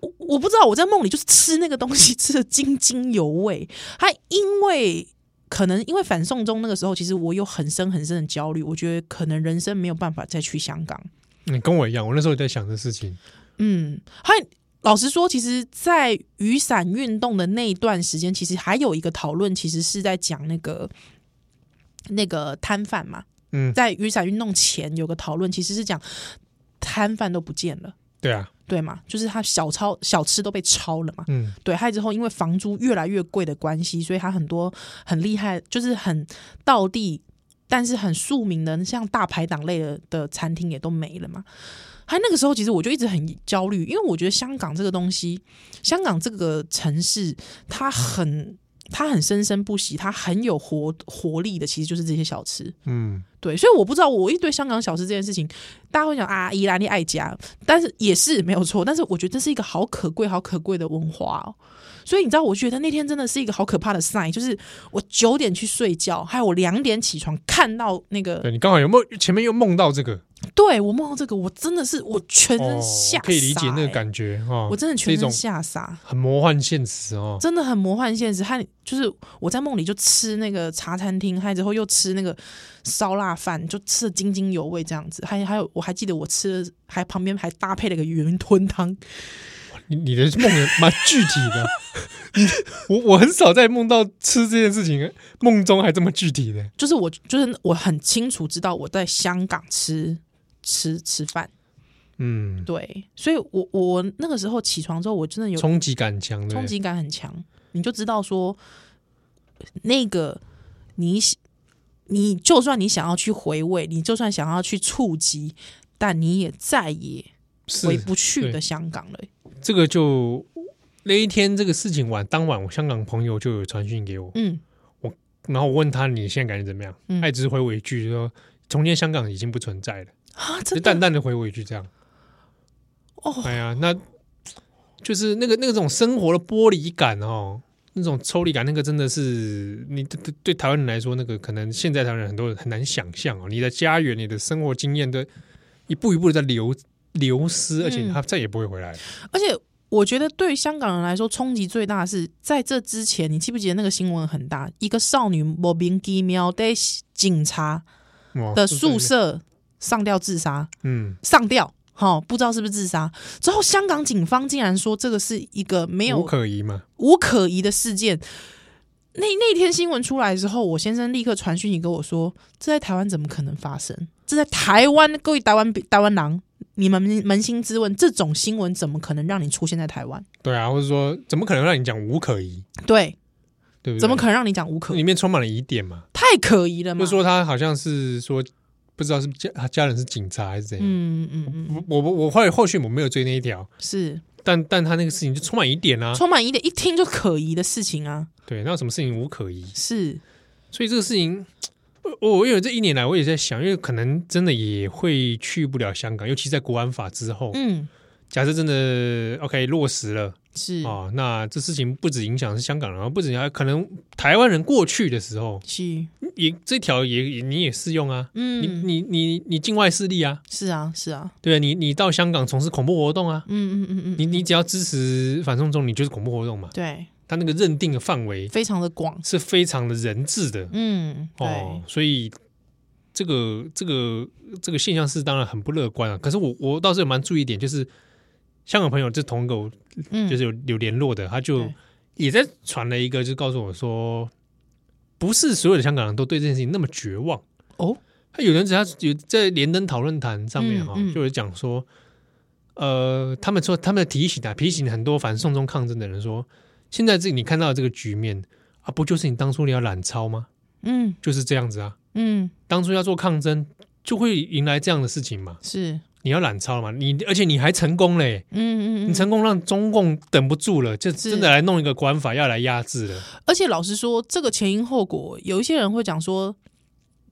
[SPEAKER 1] 我我不知道我在梦里就是吃那个东西 吃的津津有味，还因为。可能因为反送中那个时候，其实我有很深很深的焦虑，我觉得可能人生没有办法再去香港。
[SPEAKER 2] 你嗯跟我一样，我那时候也在想这事情，
[SPEAKER 1] 嗯，还老实说，其实，在雨伞运动的那一段时间，其实还有一个讨论，其实是在讲那个那个摊贩嘛，
[SPEAKER 2] 嗯，
[SPEAKER 1] 在雨伞运动前有个讨论，其实是讲摊贩都不见了。
[SPEAKER 2] 对啊，
[SPEAKER 1] 对嘛，就是他小抄小吃都被抄了嘛，
[SPEAKER 2] 嗯，
[SPEAKER 1] 对，还有之后因为房租越来越贵的关系，所以他很多很厉害，就是很道地，但是很庶民的，像大排档类的的餐厅也都没了嘛。还那个时候，其实我就一直很焦虑，因为我觉得香港这个东西，香港这个城市，它很它很生生不息，它很有活活力的，其实就是这些小吃。
[SPEAKER 2] 嗯，
[SPEAKER 1] 对，所以我不知道，我一对香港小吃这件事情，大家会讲啊，伊兰利爱家，但是也是没有错，但是我觉得这是一个好可贵、好可贵的文化哦。所以你知道，我觉得那天真的是一个好可怕的 sign，就是我九点去睡觉，还有我两点起床，看到那个，
[SPEAKER 2] 对你刚好有梦，前面又梦到这个，
[SPEAKER 1] 对我梦到这个，我真的是我全
[SPEAKER 2] 哦
[SPEAKER 1] 身吓、，欸
[SPEAKER 2] 可以理解那个，感觉哦，
[SPEAKER 1] 我真的
[SPEAKER 2] 是
[SPEAKER 1] 全
[SPEAKER 2] 一种
[SPEAKER 1] 身吓傻，
[SPEAKER 2] 很魔幻现实哦，
[SPEAKER 1] 真的很魔幻现实。还就是我在梦里就吃那个茶餐厅，还之后又吃那个烧腊饭，就吃的津津有味这样子。还还有我还记得我吃了，还旁边还搭配了个云吞汤。
[SPEAKER 2] 你你的梦也蛮具体的， 你我我很少在梦到吃这件事情，梦中还这么具体的，
[SPEAKER 1] 就是我就是我很清楚知道我在香港吃吃吃饭，
[SPEAKER 2] 嗯，
[SPEAKER 1] 对，所以我我那个时候起床之后，我真的有
[SPEAKER 2] 冲击感强的，
[SPEAKER 1] 冲击感很强，你就知道说那个你喜你就算你想要去回味，你就算想要去触及，但你也再也回
[SPEAKER 2] 是
[SPEAKER 1] 不去
[SPEAKER 2] 对
[SPEAKER 1] 的香港了。
[SPEAKER 2] 这个就那一天这个事情晚当晚，我香港朋友就有传讯给我，
[SPEAKER 1] 嗯，
[SPEAKER 2] 然后我问他你现在感觉怎么样，
[SPEAKER 1] 嗯
[SPEAKER 2] 他也只是回我一句说。从前香港已经不存在了，
[SPEAKER 1] 啊，
[SPEAKER 2] 就
[SPEAKER 1] 真
[SPEAKER 2] 淡
[SPEAKER 1] 的
[SPEAKER 2] 淡的回我一句这样。
[SPEAKER 1] 哦，
[SPEAKER 2] 哎呀，那就是那个那种生活的剥离感哦，那种抽离感，那个真的是你对对对台湾人来说，那个可能现在台湾人很多人很难想象哦，你的家园、你的生活经验的一步一步的在流流失，而且
[SPEAKER 1] 嗯
[SPEAKER 2] 它再也不会回来了。
[SPEAKER 1] 而且。我觉得对于香港人来说，冲击最大的是在这之前，你记不记得那个新闻很大？一个少女莫名其妙被警察
[SPEAKER 2] 哇
[SPEAKER 1] 的宿，舍上吊自杀，
[SPEAKER 2] 嗯，
[SPEAKER 1] 上吊，哈、不知道是不是自杀。之后，香港警方竟然说这个是一个没有
[SPEAKER 2] 无可疑嘛，
[SPEAKER 1] 无可疑的事件。那那天新闻出来之后，我先生立刻传讯息给我说：“这在台湾怎么可能发生？这在台湾，各位台湾台湾狼，你们扪扪心自问，这种新闻怎么可能让你出现在台湾？
[SPEAKER 2] 对啊，或者说怎么可能让你讲无可疑，
[SPEAKER 1] 对，
[SPEAKER 2] 对不对？
[SPEAKER 1] 怎么可能让你讲无可
[SPEAKER 2] 里
[SPEAKER 1] 疑？
[SPEAKER 2] 面充满了疑点嘛？
[SPEAKER 1] 太可疑了嘛！
[SPEAKER 2] 就说他好像是说不知道是不是家家人是警察还是怎样，
[SPEAKER 1] 嗯嗯嗯，
[SPEAKER 2] 我我我后来后续我没有追那一条，
[SPEAKER 1] 是
[SPEAKER 2] 但但他那个事情就充满疑点啊，
[SPEAKER 1] 充满疑点，一听就可疑的事情啊，
[SPEAKER 2] 对，那有什么事情无可疑？
[SPEAKER 1] 是
[SPEAKER 2] 所以这个事情，我我我有这一年来我也在想，因为可能真的也会去不了香港，尤其在国安法之后，
[SPEAKER 1] 嗯
[SPEAKER 2] 假设真的 OK 落实了
[SPEAKER 1] 是
[SPEAKER 2] 哦，那这事情不止影响是香港人，不止影响呃可能台湾人过去的时候，
[SPEAKER 1] 是
[SPEAKER 2] 也这条也也你也适用啊，你
[SPEAKER 1] 嗯
[SPEAKER 2] 你你你境外势力啊，
[SPEAKER 1] 是啊是啊
[SPEAKER 2] 对啊，你你到香港从事恐怖活动啊，
[SPEAKER 1] 嗯嗯嗯嗯，
[SPEAKER 2] 你你只要支持反送中，你就是恐怖活动嘛，
[SPEAKER 1] 对，
[SPEAKER 2] 他那个认定的范围
[SPEAKER 1] 非常的广，
[SPEAKER 2] 是非常的人治的
[SPEAKER 1] 嗯对。
[SPEAKER 2] 哦，所以这个这个这个现象是当然很不乐观啊。可是我我倒是有蛮注意一点，就是香港朋友就同一个我
[SPEAKER 1] 嗯，
[SPEAKER 2] 就是有有联络的，他就
[SPEAKER 1] 对
[SPEAKER 2] 也在传了一个，就告诉我说，不是所有的香港人都对这件事情那么绝望
[SPEAKER 1] 哦。
[SPEAKER 2] 他有人只要有在连登讨论坛上面
[SPEAKER 1] 嗯
[SPEAKER 2] 哈、
[SPEAKER 1] 嗯
[SPEAKER 2] 就有讲说，呃，他们说他们提醒啊，提醒很多反送中抗争的人说，现在这你看到的这个局面啊，不就是你当初你要揽抄吗？
[SPEAKER 1] 嗯
[SPEAKER 2] 就是这样子啊，
[SPEAKER 1] 嗯
[SPEAKER 2] 当初要做抗争，就会迎来这样的事情嘛。
[SPEAKER 1] 是，
[SPEAKER 2] 你要揽抄嘛，你而且你还成功嘞、
[SPEAKER 1] 嗯嗯
[SPEAKER 2] 你
[SPEAKER 1] 嗯。
[SPEAKER 2] 成功让中共等不住了，就是真的来弄一个管法要来压制了。
[SPEAKER 1] 而且老实说，这个前因后果，有一些人会讲说，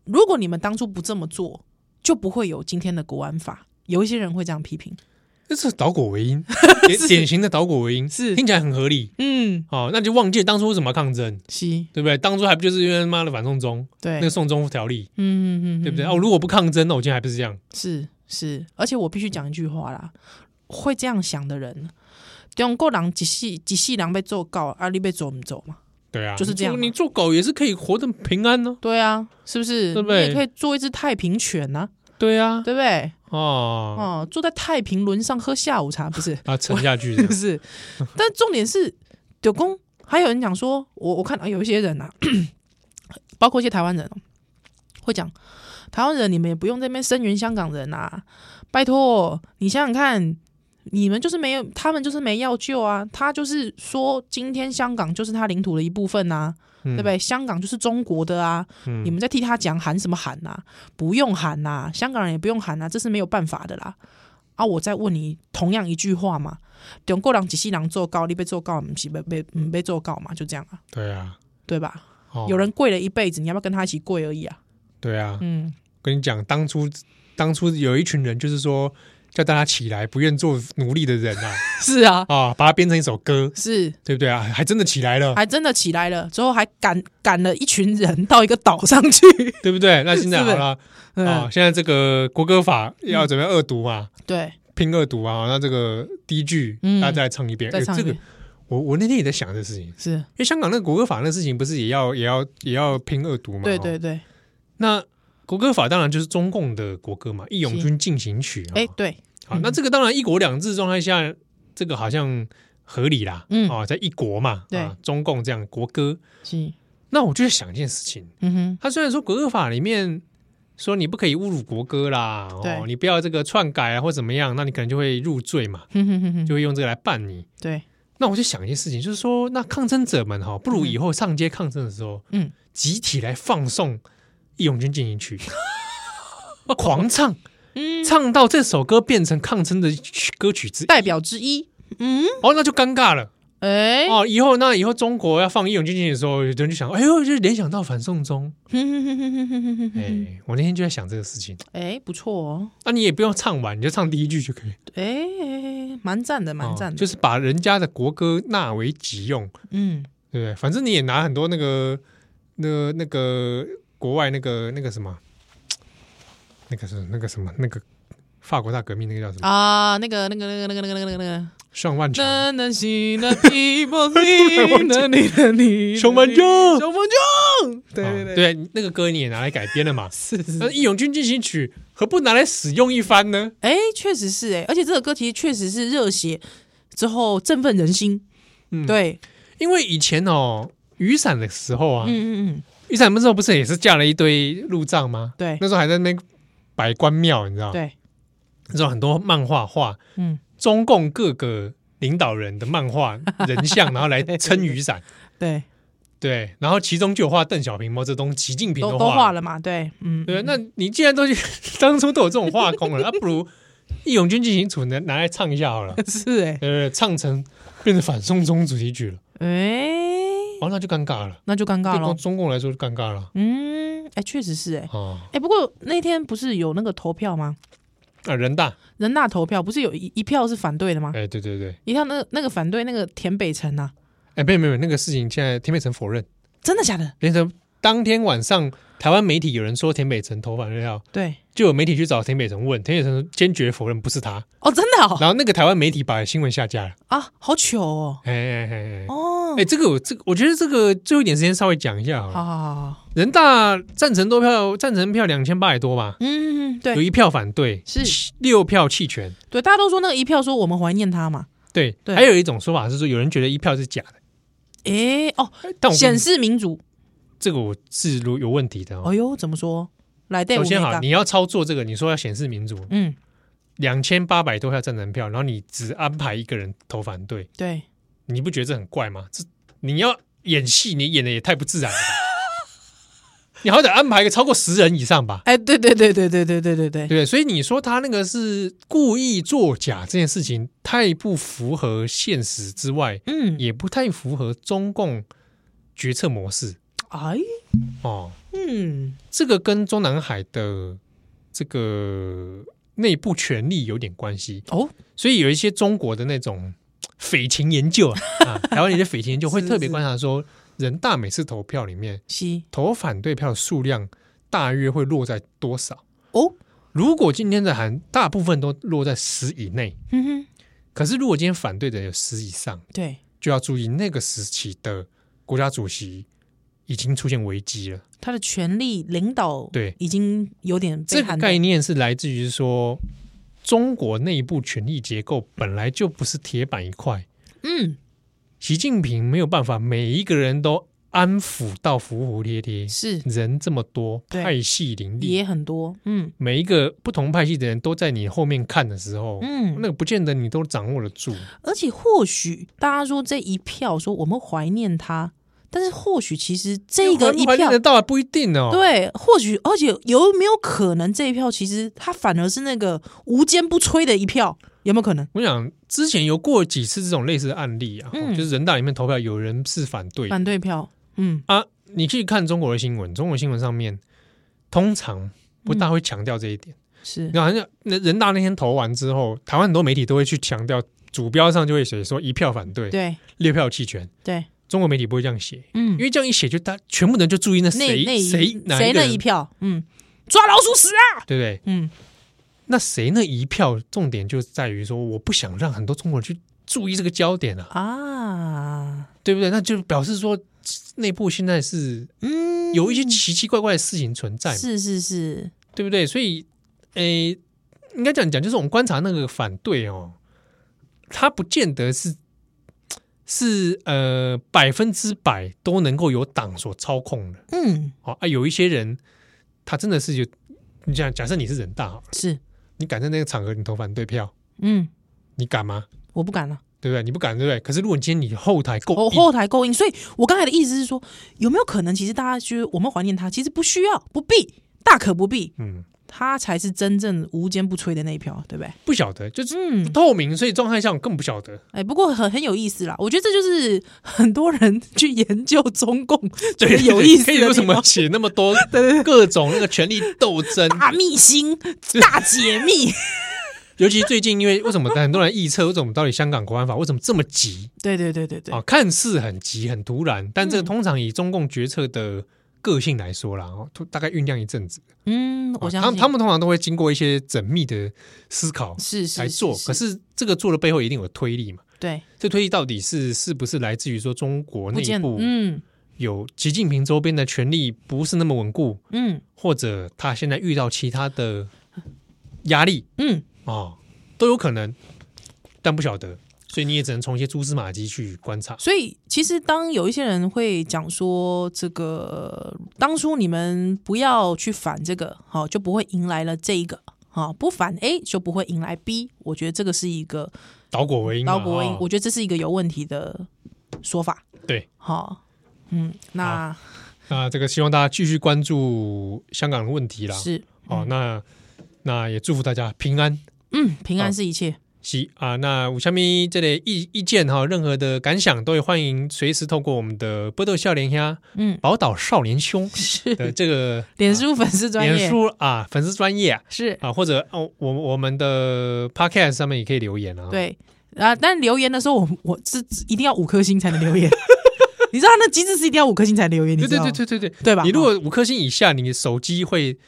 [SPEAKER 1] 如果你们当初不这么做，就不会有今天的国安法。有一些人会这样批评，
[SPEAKER 2] 这是倒果为因， 典典型的倒果为因，
[SPEAKER 1] 是
[SPEAKER 2] 听起来很合理
[SPEAKER 1] 嗯，
[SPEAKER 2] 哦。那你就忘记当初为什么要抗争，
[SPEAKER 1] 是，
[SPEAKER 2] 对不对？当初还不就是因为妈的反送中
[SPEAKER 1] 对
[SPEAKER 2] 那个，送中条例，
[SPEAKER 1] 嗯嗯嗯，
[SPEAKER 2] 对不对？
[SPEAKER 1] 嗯
[SPEAKER 2] 哦，如果不抗争，那我今天还不是这样？
[SPEAKER 1] 是是，而且我必须讲一句话啦，会这样想的人，中国人一世一世人被做告，啊，你被做不做嘛？
[SPEAKER 2] 对啊，
[SPEAKER 1] 就是这样嘛
[SPEAKER 2] 你做狗也是可以活得平安呢、
[SPEAKER 1] 对啊，是不是？
[SPEAKER 2] 对不对
[SPEAKER 1] 你也可以做一只太平犬呐、
[SPEAKER 2] 对啊，
[SPEAKER 1] 对不对？
[SPEAKER 2] 哦，
[SPEAKER 1] 哦，坐在太平轮上喝下午茶，不是？
[SPEAKER 2] 啊，沉 下去这
[SPEAKER 1] 是
[SPEAKER 2] 样
[SPEAKER 1] 不是？但重点是，九公还有人讲说，我我看到有一些人啊，包括一些台湾人哦，会讲台湾人，你们也不用在那边声援香港人啊，拜托，你想想看。你们就是没有，他们就是没要救啊！他就是说，今天香港就是他领土的一部分啊，
[SPEAKER 2] 嗯
[SPEAKER 1] 对不对？香港就是中国的啊，
[SPEAKER 2] 嗯
[SPEAKER 1] 你们在替他讲喊什么喊呐、啊不用喊呐、香港人也不用喊呐、啊这是没有办法的啦。啊，我再问你同样一句话嘛，中国人几世人做告，你被做告，不是被被不被做告嘛，就这样啊，
[SPEAKER 2] 对啊，
[SPEAKER 1] 对吧？
[SPEAKER 2] 哦
[SPEAKER 1] 有人跪了一辈子，你要不要跟他一起跪而已啊？
[SPEAKER 2] 对啊，
[SPEAKER 1] 嗯，
[SPEAKER 2] 跟你讲，当初当初有一群人就是说叫大家起来，不愿做奴隶的人啊。
[SPEAKER 1] 是啊，
[SPEAKER 2] 啊，把它编成一首歌，
[SPEAKER 1] 是，
[SPEAKER 2] 对不对啊？还真的起来了，
[SPEAKER 1] 还真的起来了，之后还赶赶了一群人到一个岛上去，
[SPEAKER 2] 对不对？那现在
[SPEAKER 1] 是不
[SPEAKER 2] 好
[SPEAKER 1] 是
[SPEAKER 2] 了
[SPEAKER 1] 嗯，
[SPEAKER 2] 啊，现在这个国歌法要怎么样恶毒啊？
[SPEAKER 1] 对，
[SPEAKER 2] 拼恶毒啊！那这个第一句，
[SPEAKER 1] 嗯
[SPEAKER 2] 大家再来唱一遍。
[SPEAKER 1] 再
[SPEAKER 2] 哎
[SPEAKER 1] 唱一
[SPEAKER 2] 这个
[SPEAKER 1] 遍，
[SPEAKER 2] 我我那天也在想这事情，因
[SPEAKER 1] 是，
[SPEAKER 2] 为香港那个国歌法那事情不是也要也要也要拼恶毒嘛？
[SPEAKER 1] 对
[SPEAKER 2] 哦
[SPEAKER 1] 对。对，
[SPEAKER 2] 那国歌法当然就是中共的国歌嘛，《义勇军进行曲》
[SPEAKER 1] 哎、
[SPEAKER 2] 啊。
[SPEAKER 1] 对，
[SPEAKER 2] 好，那这个当然一国两制状态下，这个好像合理啦。
[SPEAKER 1] 嗯
[SPEAKER 2] 啊，在一国嘛，
[SPEAKER 1] 对
[SPEAKER 2] 啊，中共这样国歌。
[SPEAKER 1] 是，
[SPEAKER 2] 那我就在想一件事情，
[SPEAKER 1] 嗯哼，
[SPEAKER 2] 他虽然说国歌法里面说你不可以侮辱国歌啦，
[SPEAKER 1] 对
[SPEAKER 2] 哦，你不要这个篡改啊或怎么样，那你可能就会入罪嘛，
[SPEAKER 1] 哼哼哼哼，
[SPEAKER 2] 就会用这个来办你。
[SPEAKER 1] 对，
[SPEAKER 2] 那我就想一件事情，就是说，那抗争者们哈、哦不如以后上街抗争的时候，
[SPEAKER 1] 嗯，
[SPEAKER 2] 集体来放送《义勇军进 行曲》，狂唱，唱到这首歌变成抗争的曲歌曲之
[SPEAKER 1] 嗯
[SPEAKER 2] 一，
[SPEAKER 1] 代表之一，
[SPEAKER 2] 哦，那就尴尬了。
[SPEAKER 1] 哎、
[SPEAKER 2] 哦，以后那以后中国要放《义勇军进行曲》的时候，有人就想，哎呦，就联想到反送中，
[SPEAKER 1] 哼哼哼哼哼哼哼哼
[SPEAKER 2] 哎、
[SPEAKER 1] 哼，
[SPEAKER 2] 我那天就在想这个事情。
[SPEAKER 1] 哎，不错哦，
[SPEAKER 2] 那、你也不用唱完，你就唱第一句就可以，
[SPEAKER 1] 哎，蛮赞的，蛮赞
[SPEAKER 2] 哦
[SPEAKER 1] 的，
[SPEAKER 2] 就是把人家的国歌纳为己用，
[SPEAKER 1] 嗯，
[SPEAKER 2] 对不对？反正你也拿很多那个、那个、那个国外那个、那个什么、那个是那个什么、那个法国大革命那个叫什么？
[SPEAKER 1] 啊，那个那个那个那个那个那个那个
[SPEAKER 2] 上万强，
[SPEAKER 1] 啊那那是那提莫尼，那你那你
[SPEAKER 2] 熊本正
[SPEAKER 1] 熊本正，对对
[SPEAKER 2] 啊
[SPEAKER 1] 对，
[SPEAKER 2] 对，那个歌你也拿来改编了嘛？
[SPEAKER 1] 是是
[SPEAKER 2] 那《义勇军进行曲》何不拿来使用一番呢？
[SPEAKER 1] 哎，确实是哎，而且这首歌其实确实是热血之后振奋人心。
[SPEAKER 2] 嗯
[SPEAKER 1] 对，
[SPEAKER 2] 因为以前哦，雨伞的时候啊，
[SPEAKER 1] 嗯嗯嗯，
[SPEAKER 2] 雨伞那时候不是也是架了一堆路障吗？
[SPEAKER 1] 对
[SPEAKER 2] 那时候还在那边摆关庙，你知道？，
[SPEAKER 1] 对，
[SPEAKER 2] 那时候很多漫画画
[SPEAKER 1] 嗯，
[SPEAKER 2] 中共各个领导人的漫画人像，然后来撑雨 伞。
[SPEAKER 1] 对，
[SPEAKER 2] 对，然后其中就有画邓小平、毛泽东、习近平
[SPEAKER 1] 都都
[SPEAKER 2] 画
[SPEAKER 1] 画了嘛，对，嗯，
[SPEAKER 2] 对，那你既然都去 当初都有这种画工了，那、不如《义勇军进行曲》拿拿来唱一下好了，对
[SPEAKER 1] 是哎，
[SPEAKER 2] 对对，唱成变成反送中主题曲了，
[SPEAKER 1] 哎，
[SPEAKER 2] 哦，那就尴尬了，
[SPEAKER 1] 那就尴尬
[SPEAKER 2] 对
[SPEAKER 1] 了
[SPEAKER 2] 中。中共来说就尴尬了
[SPEAKER 1] 嗯，哎，确实是哎，
[SPEAKER 2] 啊
[SPEAKER 1] 哎，不过那天不是有那个投票吗？
[SPEAKER 2] 啊，人大，
[SPEAKER 1] 人大投票不是有一一票是反对的吗？
[SPEAKER 2] 哎，对对对，
[SPEAKER 1] 一票那个那个反对那个田北辰呐，
[SPEAKER 2] 哎，没有没有，那个事情现在田北辰否认，
[SPEAKER 1] 真的假的？
[SPEAKER 2] 田北辰当天晚上台湾媒体有人说田北辰投反对票，
[SPEAKER 1] 对，
[SPEAKER 2] 就有媒体去找田北辰问，田北辰坚决否认不是他，
[SPEAKER 1] 哦，真的哦，
[SPEAKER 2] 然后那个台湾媒体把新闻下架了，
[SPEAKER 1] 啊，好糗哦，
[SPEAKER 2] 哎哎哎哎。哎
[SPEAKER 1] 哦，
[SPEAKER 2] 哎，这个我这个我觉得这个最后一点时间稍微讲一下好了。
[SPEAKER 1] 好好好好，
[SPEAKER 2] 人大赞成多票，赞成票两千八百多吧，
[SPEAKER 1] 嗯，
[SPEAKER 2] 有
[SPEAKER 1] 对
[SPEAKER 2] 一票反对，
[SPEAKER 1] 是
[SPEAKER 2] 七六票弃权。
[SPEAKER 1] 对，大家都说那个一票说我们怀念他嘛，
[SPEAKER 2] 对，
[SPEAKER 1] 对
[SPEAKER 2] 还有一种说法是说，有人觉得一票是假的，
[SPEAKER 1] 诶，哦，
[SPEAKER 2] 但我
[SPEAKER 1] 显
[SPEAKER 2] 跟你
[SPEAKER 1] 示民主，
[SPEAKER 2] 这个我是如有问题的、哦。
[SPEAKER 1] 哎呦，怎么说？来对，
[SPEAKER 2] 首
[SPEAKER 1] 我
[SPEAKER 2] 先
[SPEAKER 1] 没
[SPEAKER 2] 好，
[SPEAKER 1] 讲
[SPEAKER 2] 你要操作这个，你说要显示民主，
[SPEAKER 1] 嗯，
[SPEAKER 2] 两千八百多票赞成票，然后你只安排一个人投反对，
[SPEAKER 1] 对，
[SPEAKER 2] 你不觉得这很怪吗？这你要演戏，你演的也太不自然了吧。 你好歹安排一个超过十人以上吧，
[SPEAKER 1] 哎，对对对对对对对对对，
[SPEAKER 2] 对，所以你说他那个是故意作假这件事情，太不符合现实之外，
[SPEAKER 1] 嗯，
[SPEAKER 2] 也不太符合中共决策模式
[SPEAKER 1] 哎，
[SPEAKER 2] 哦。
[SPEAKER 1] 嗯，
[SPEAKER 2] 这个跟中南海的这个内部权力有点关系，
[SPEAKER 1] 哦，
[SPEAKER 2] 所以有一些中国的那种嗯嘖匪情研究啊，啊台湾有些匪情研究会
[SPEAKER 1] 是
[SPEAKER 2] 特别
[SPEAKER 1] 是
[SPEAKER 2] 观察说，人大每次投票里面
[SPEAKER 1] 是，
[SPEAKER 2] 投反对票的数量大约会落在多少？
[SPEAKER 1] 哦，
[SPEAKER 2] 如果今天的函大部分都落在十以内，
[SPEAKER 1] 哼嗯哼，
[SPEAKER 2] 可是如果今天反对的有十以上，
[SPEAKER 1] 对
[SPEAKER 2] 就要注意那个时期的国家主席已经出现危机了。
[SPEAKER 1] 他的权力领导
[SPEAKER 2] 对
[SPEAKER 1] 已经有点被
[SPEAKER 2] 这个
[SPEAKER 1] 撼
[SPEAKER 2] 概
[SPEAKER 1] 动
[SPEAKER 2] 念是来自于说，中国内部权力结构本来就不是铁板一块，
[SPEAKER 1] 嗯，
[SPEAKER 2] 习近平没有办法每一个人都安抚到服服帖帖，
[SPEAKER 1] 是
[SPEAKER 2] 人这么多，
[SPEAKER 1] 对
[SPEAKER 2] 派系林立，
[SPEAKER 1] 也很多，嗯
[SPEAKER 2] 每一个不同派系的人都在你后面看的时候，
[SPEAKER 1] 嗯
[SPEAKER 2] 那，个不见得你都掌握得住。
[SPEAKER 1] 而且或许大家说这一票说我们怀念他，但是或许其实这个一
[SPEAKER 2] 还
[SPEAKER 1] 票
[SPEAKER 2] 得到还不一定哦。，
[SPEAKER 1] 对，或许而且有没有可能这一票其实他反而是那个无坚不摧的一票，有没有可能？
[SPEAKER 2] 我想之前有过几次这种类似的案例啊，
[SPEAKER 1] 嗯
[SPEAKER 2] 就是人大里面投票有人是反对
[SPEAKER 1] 反对票，嗯，
[SPEAKER 2] 啊。你去看中国的新闻，中国新闻上面通常不大会强调这一点。
[SPEAKER 1] 是
[SPEAKER 2] 那好像那人大那天投完之后，台湾很多媒体都会去强调，主标上就会写说一票反对，
[SPEAKER 1] 对
[SPEAKER 2] 六票弃权。
[SPEAKER 1] 对，
[SPEAKER 2] 中国媒体不会这样写，
[SPEAKER 1] 嗯
[SPEAKER 2] 因，为这样一写就大全部人就注意那
[SPEAKER 1] 那
[SPEAKER 2] 谁
[SPEAKER 1] 那一
[SPEAKER 2] 谁哪
[SPEAKER 1] 谁
[SPEAKER 2] 个
[SPEAKER 1] 那
[SPEAKER 2] 人
[SPEAKER 1] 一票，嗯，抓老鼠屎啊，
[SPEAKER 2] 对不对？
[SPEAKER 1] 嗯，
[SPEAKER 2] 那谁那一票，重点就在于说，我不想让很多中国人去注意这个焦点啊，
[SPEAKER 1] 啊，
[SPEAKER 2] 对不对？那就表示说，内部现在是
[SPEAKER 1] 嗯，
[SPEAKER 2] 有一些奇奇怪怪的事情存在嘛，
[SPEAKER 1] 是是是，
[SPEAKER 2] 对不对？所以，诶，应该这样讲，就是我们观察那个反对哦，他不见得是是呃百分之百都能够由党所操控的
[SPEAKER 1] 嗯，
[SPEAKER 2] 哦啊，有一些人他真的是有，你讲假设你是人大好了，
[SPEAKER 1] 是，
[SPEAKER 2] 你敢在那个场合你投反对票，
[SPEAKER 1] 嗯，
[SPEAKER 2] 你敢吗？
[SPEAKER 1] 我不敢了。
[SPEAKER 2] 对不对？你不敢，对不对？可是如果你今天你哦后台够
[SPEAKER 1] 后
[SPEAKER 2] 硬，
[SPEAKER 1] 哦后台够硬，所以我刚才的意思是说，有没有可能其实大家觉得我们怀念他，其实不需要，不必，大可不必，
[SPEAKER 2] 嗯，
[SPEAKER 1] 他才是真正无坚不摧的那一票，对不对？
[SPEAKER 2] 不晓得，就是
[SPEAKER 1] 嗯
[SPEAKER 2] 不，透明，所以状态下我更不晓得。
[SPEAKER 1] 哎、不过很很有意思啦，我觉得这就是很多人 去研究中共觉得 有意思
[SPEAKER 2] 可以
[SPEAKER 1] 的
[SPEAKER 2] 为什
[SPEAKER 1] 地
[SPEAKER 2] 么
[SPEAKER 1] 方。
[SPEAKER 2] 写那 么多各种那个权力斗争？
[SPEAKER 1] 大秘 辛、大解密，
[SPEAKER 2] 尤其最近，因为为什么很多人预测，为什么到底香港国安法为什么这么急哦
[SPEAKER 1] 对对对对对嗯
[SPEAKER 2] 啊？看似很急、很突然，但这个通常以中共决策的个性来说啦，哦大概酝酿一阵子。
[SPEAKER 1] 嗯，我
[SPEAKER 2] 哦
[SPEAKER 1] 相
[SPEAKER 2] 他
[SPEAKER 1] 信
[SPEAKER 2] 们他们通常都会经过一些缜密的思考
[SPEAKER 1] 是是
[SPEAKER 2] 来做，
[SPEAKER 1] 是
[SPEAKER 2] 可是这个做的背后一定有推力嘛？
[SPEAKER 1] 对
[SPEAKER 2] 这推力到底是是不是来自于说中国
[SPEAKER 1] 不
[SPEAKER 2] 内
[SPEAKER 1] 见
[SPEAKER 2] 部
[SPEAKER 1] 嗯
[SPEAKER 2] 有习近平周边的权力不是那么稳固，
[SPEAKER 1] 嗯
[SPEAKER 2] 或者他现在遇到其他的压力
[SPEAKER 1] 嗯，
[SPEAKER 2] 哦，都有可能，但不晓得，所以你也只能从一些蛛丝马迹去观察。
[SPEAKER 1] 所以其实当有一些人会讲说，这个当初你们不要去反这个，好、就不会迎来了这一个。好，不反 A 就不会迎来 B，我觉得这个是一个
[SPEAKER 2] 导果为因嘛，
[SPEAKER 1] 高国英，
[SPEAKER 2] 哦
[SPEAKER 1] 我觉得这是一个有问题的说法。
[SPEAKER 2] 对，
[SPEAKER 1] 好，嗯，那
[SPEAKER 2] 那这个希望大家继续关注香港的问题啦。
[SPEAKER 1] 是
[SPEAKER 2] 哦，那那也祝福大家平安。
[SPEAKER 1] 嗯，平
[SPEAKER 2] 好
[SPEAKER 1] 安是一切。
[SPEAKER 2] 是啊，那有虾米这类意意见哈，任何的感想都也欢迎随时透过我们的波豆笑脸虾、
[SPEAKER 1] 嗯，
[SPEAKER 2] 宝岛少年兄的
[SPEAKER 1] 是
[SPEAKER 2] 这个
[SPEAKER 1] 脸书粉丝专
[SPEAKER 2] 脸
[SPEAKER 1] 业
[SPEAKER 2] 书啊粉丝专业
[SPEAKER 1] 是
[SPEAKER 2] 啊，或者哦我我们的 podcast 上面也可以留言啊。，
[SPEAKER 1] 对啊，但留言的时候，我我是一定要五颗星才能留言。 你知道那机制是一定要五颗星才留言，你知
[SPEAKER 2] 对对
[SPEAKER 1] 道
[SPEAKER 2] 对
[SPEAKER 1] 吗
[SPEAKER 2] 对对对，
[SPEAKER 1] 对吧？
[SPEAKER 2] 你如
[SPEAKER 1] 哦
[SPEAKER 2] 果五颗星以下，你手机会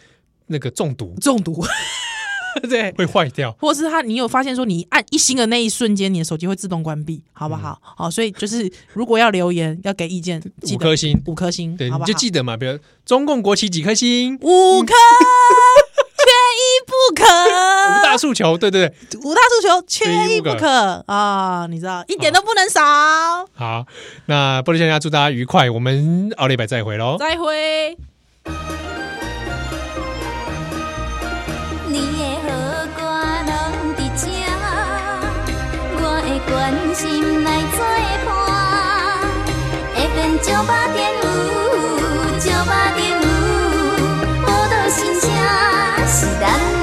[SPEAKER 2] 那个中毒，
[SPEAKER 1] 中毒， 对，
[SPEAKER 2] 会坏掉。
[SPEAKER 1] 或是他，你有发现说你按一星的那一瞬间，你的手机会自动关闭，好不好？好，所以就是如果要留言要给意见，记
[SPEAKER 2] 嗯
[SPEAKER 1] 得
[SPEAKER 2] 五颗星，
[SPEAKER 1] 五颗星，
[SPEAKER 2] 对，
[SPEAKER 1] 好
[SPEAKER 2] 你
[SPEAKER 1] 不好
[SPEAKER 2] 就？记得嘛，比如中共国旗几颗星，
[SPEAKER 1] 五颗缺一不
[SPEAKER 2] 五
[SPEAKER 1] 可，
[SPEAKER 2] 大诉求，对对对，
[SPEAKER 1] 五大诉求缺一不可啊！你知道，一点都不能少。
[SPEAKER 2] 好，那波多先生祝大家愉快，我们奥利百再回喽。
[SPEAKER 1] 再会。
[SPEAKER 6] 你的好歌拢伫这，我的关心来作伴。下边石马点舞，石马点舞，舞蹈新声是咱的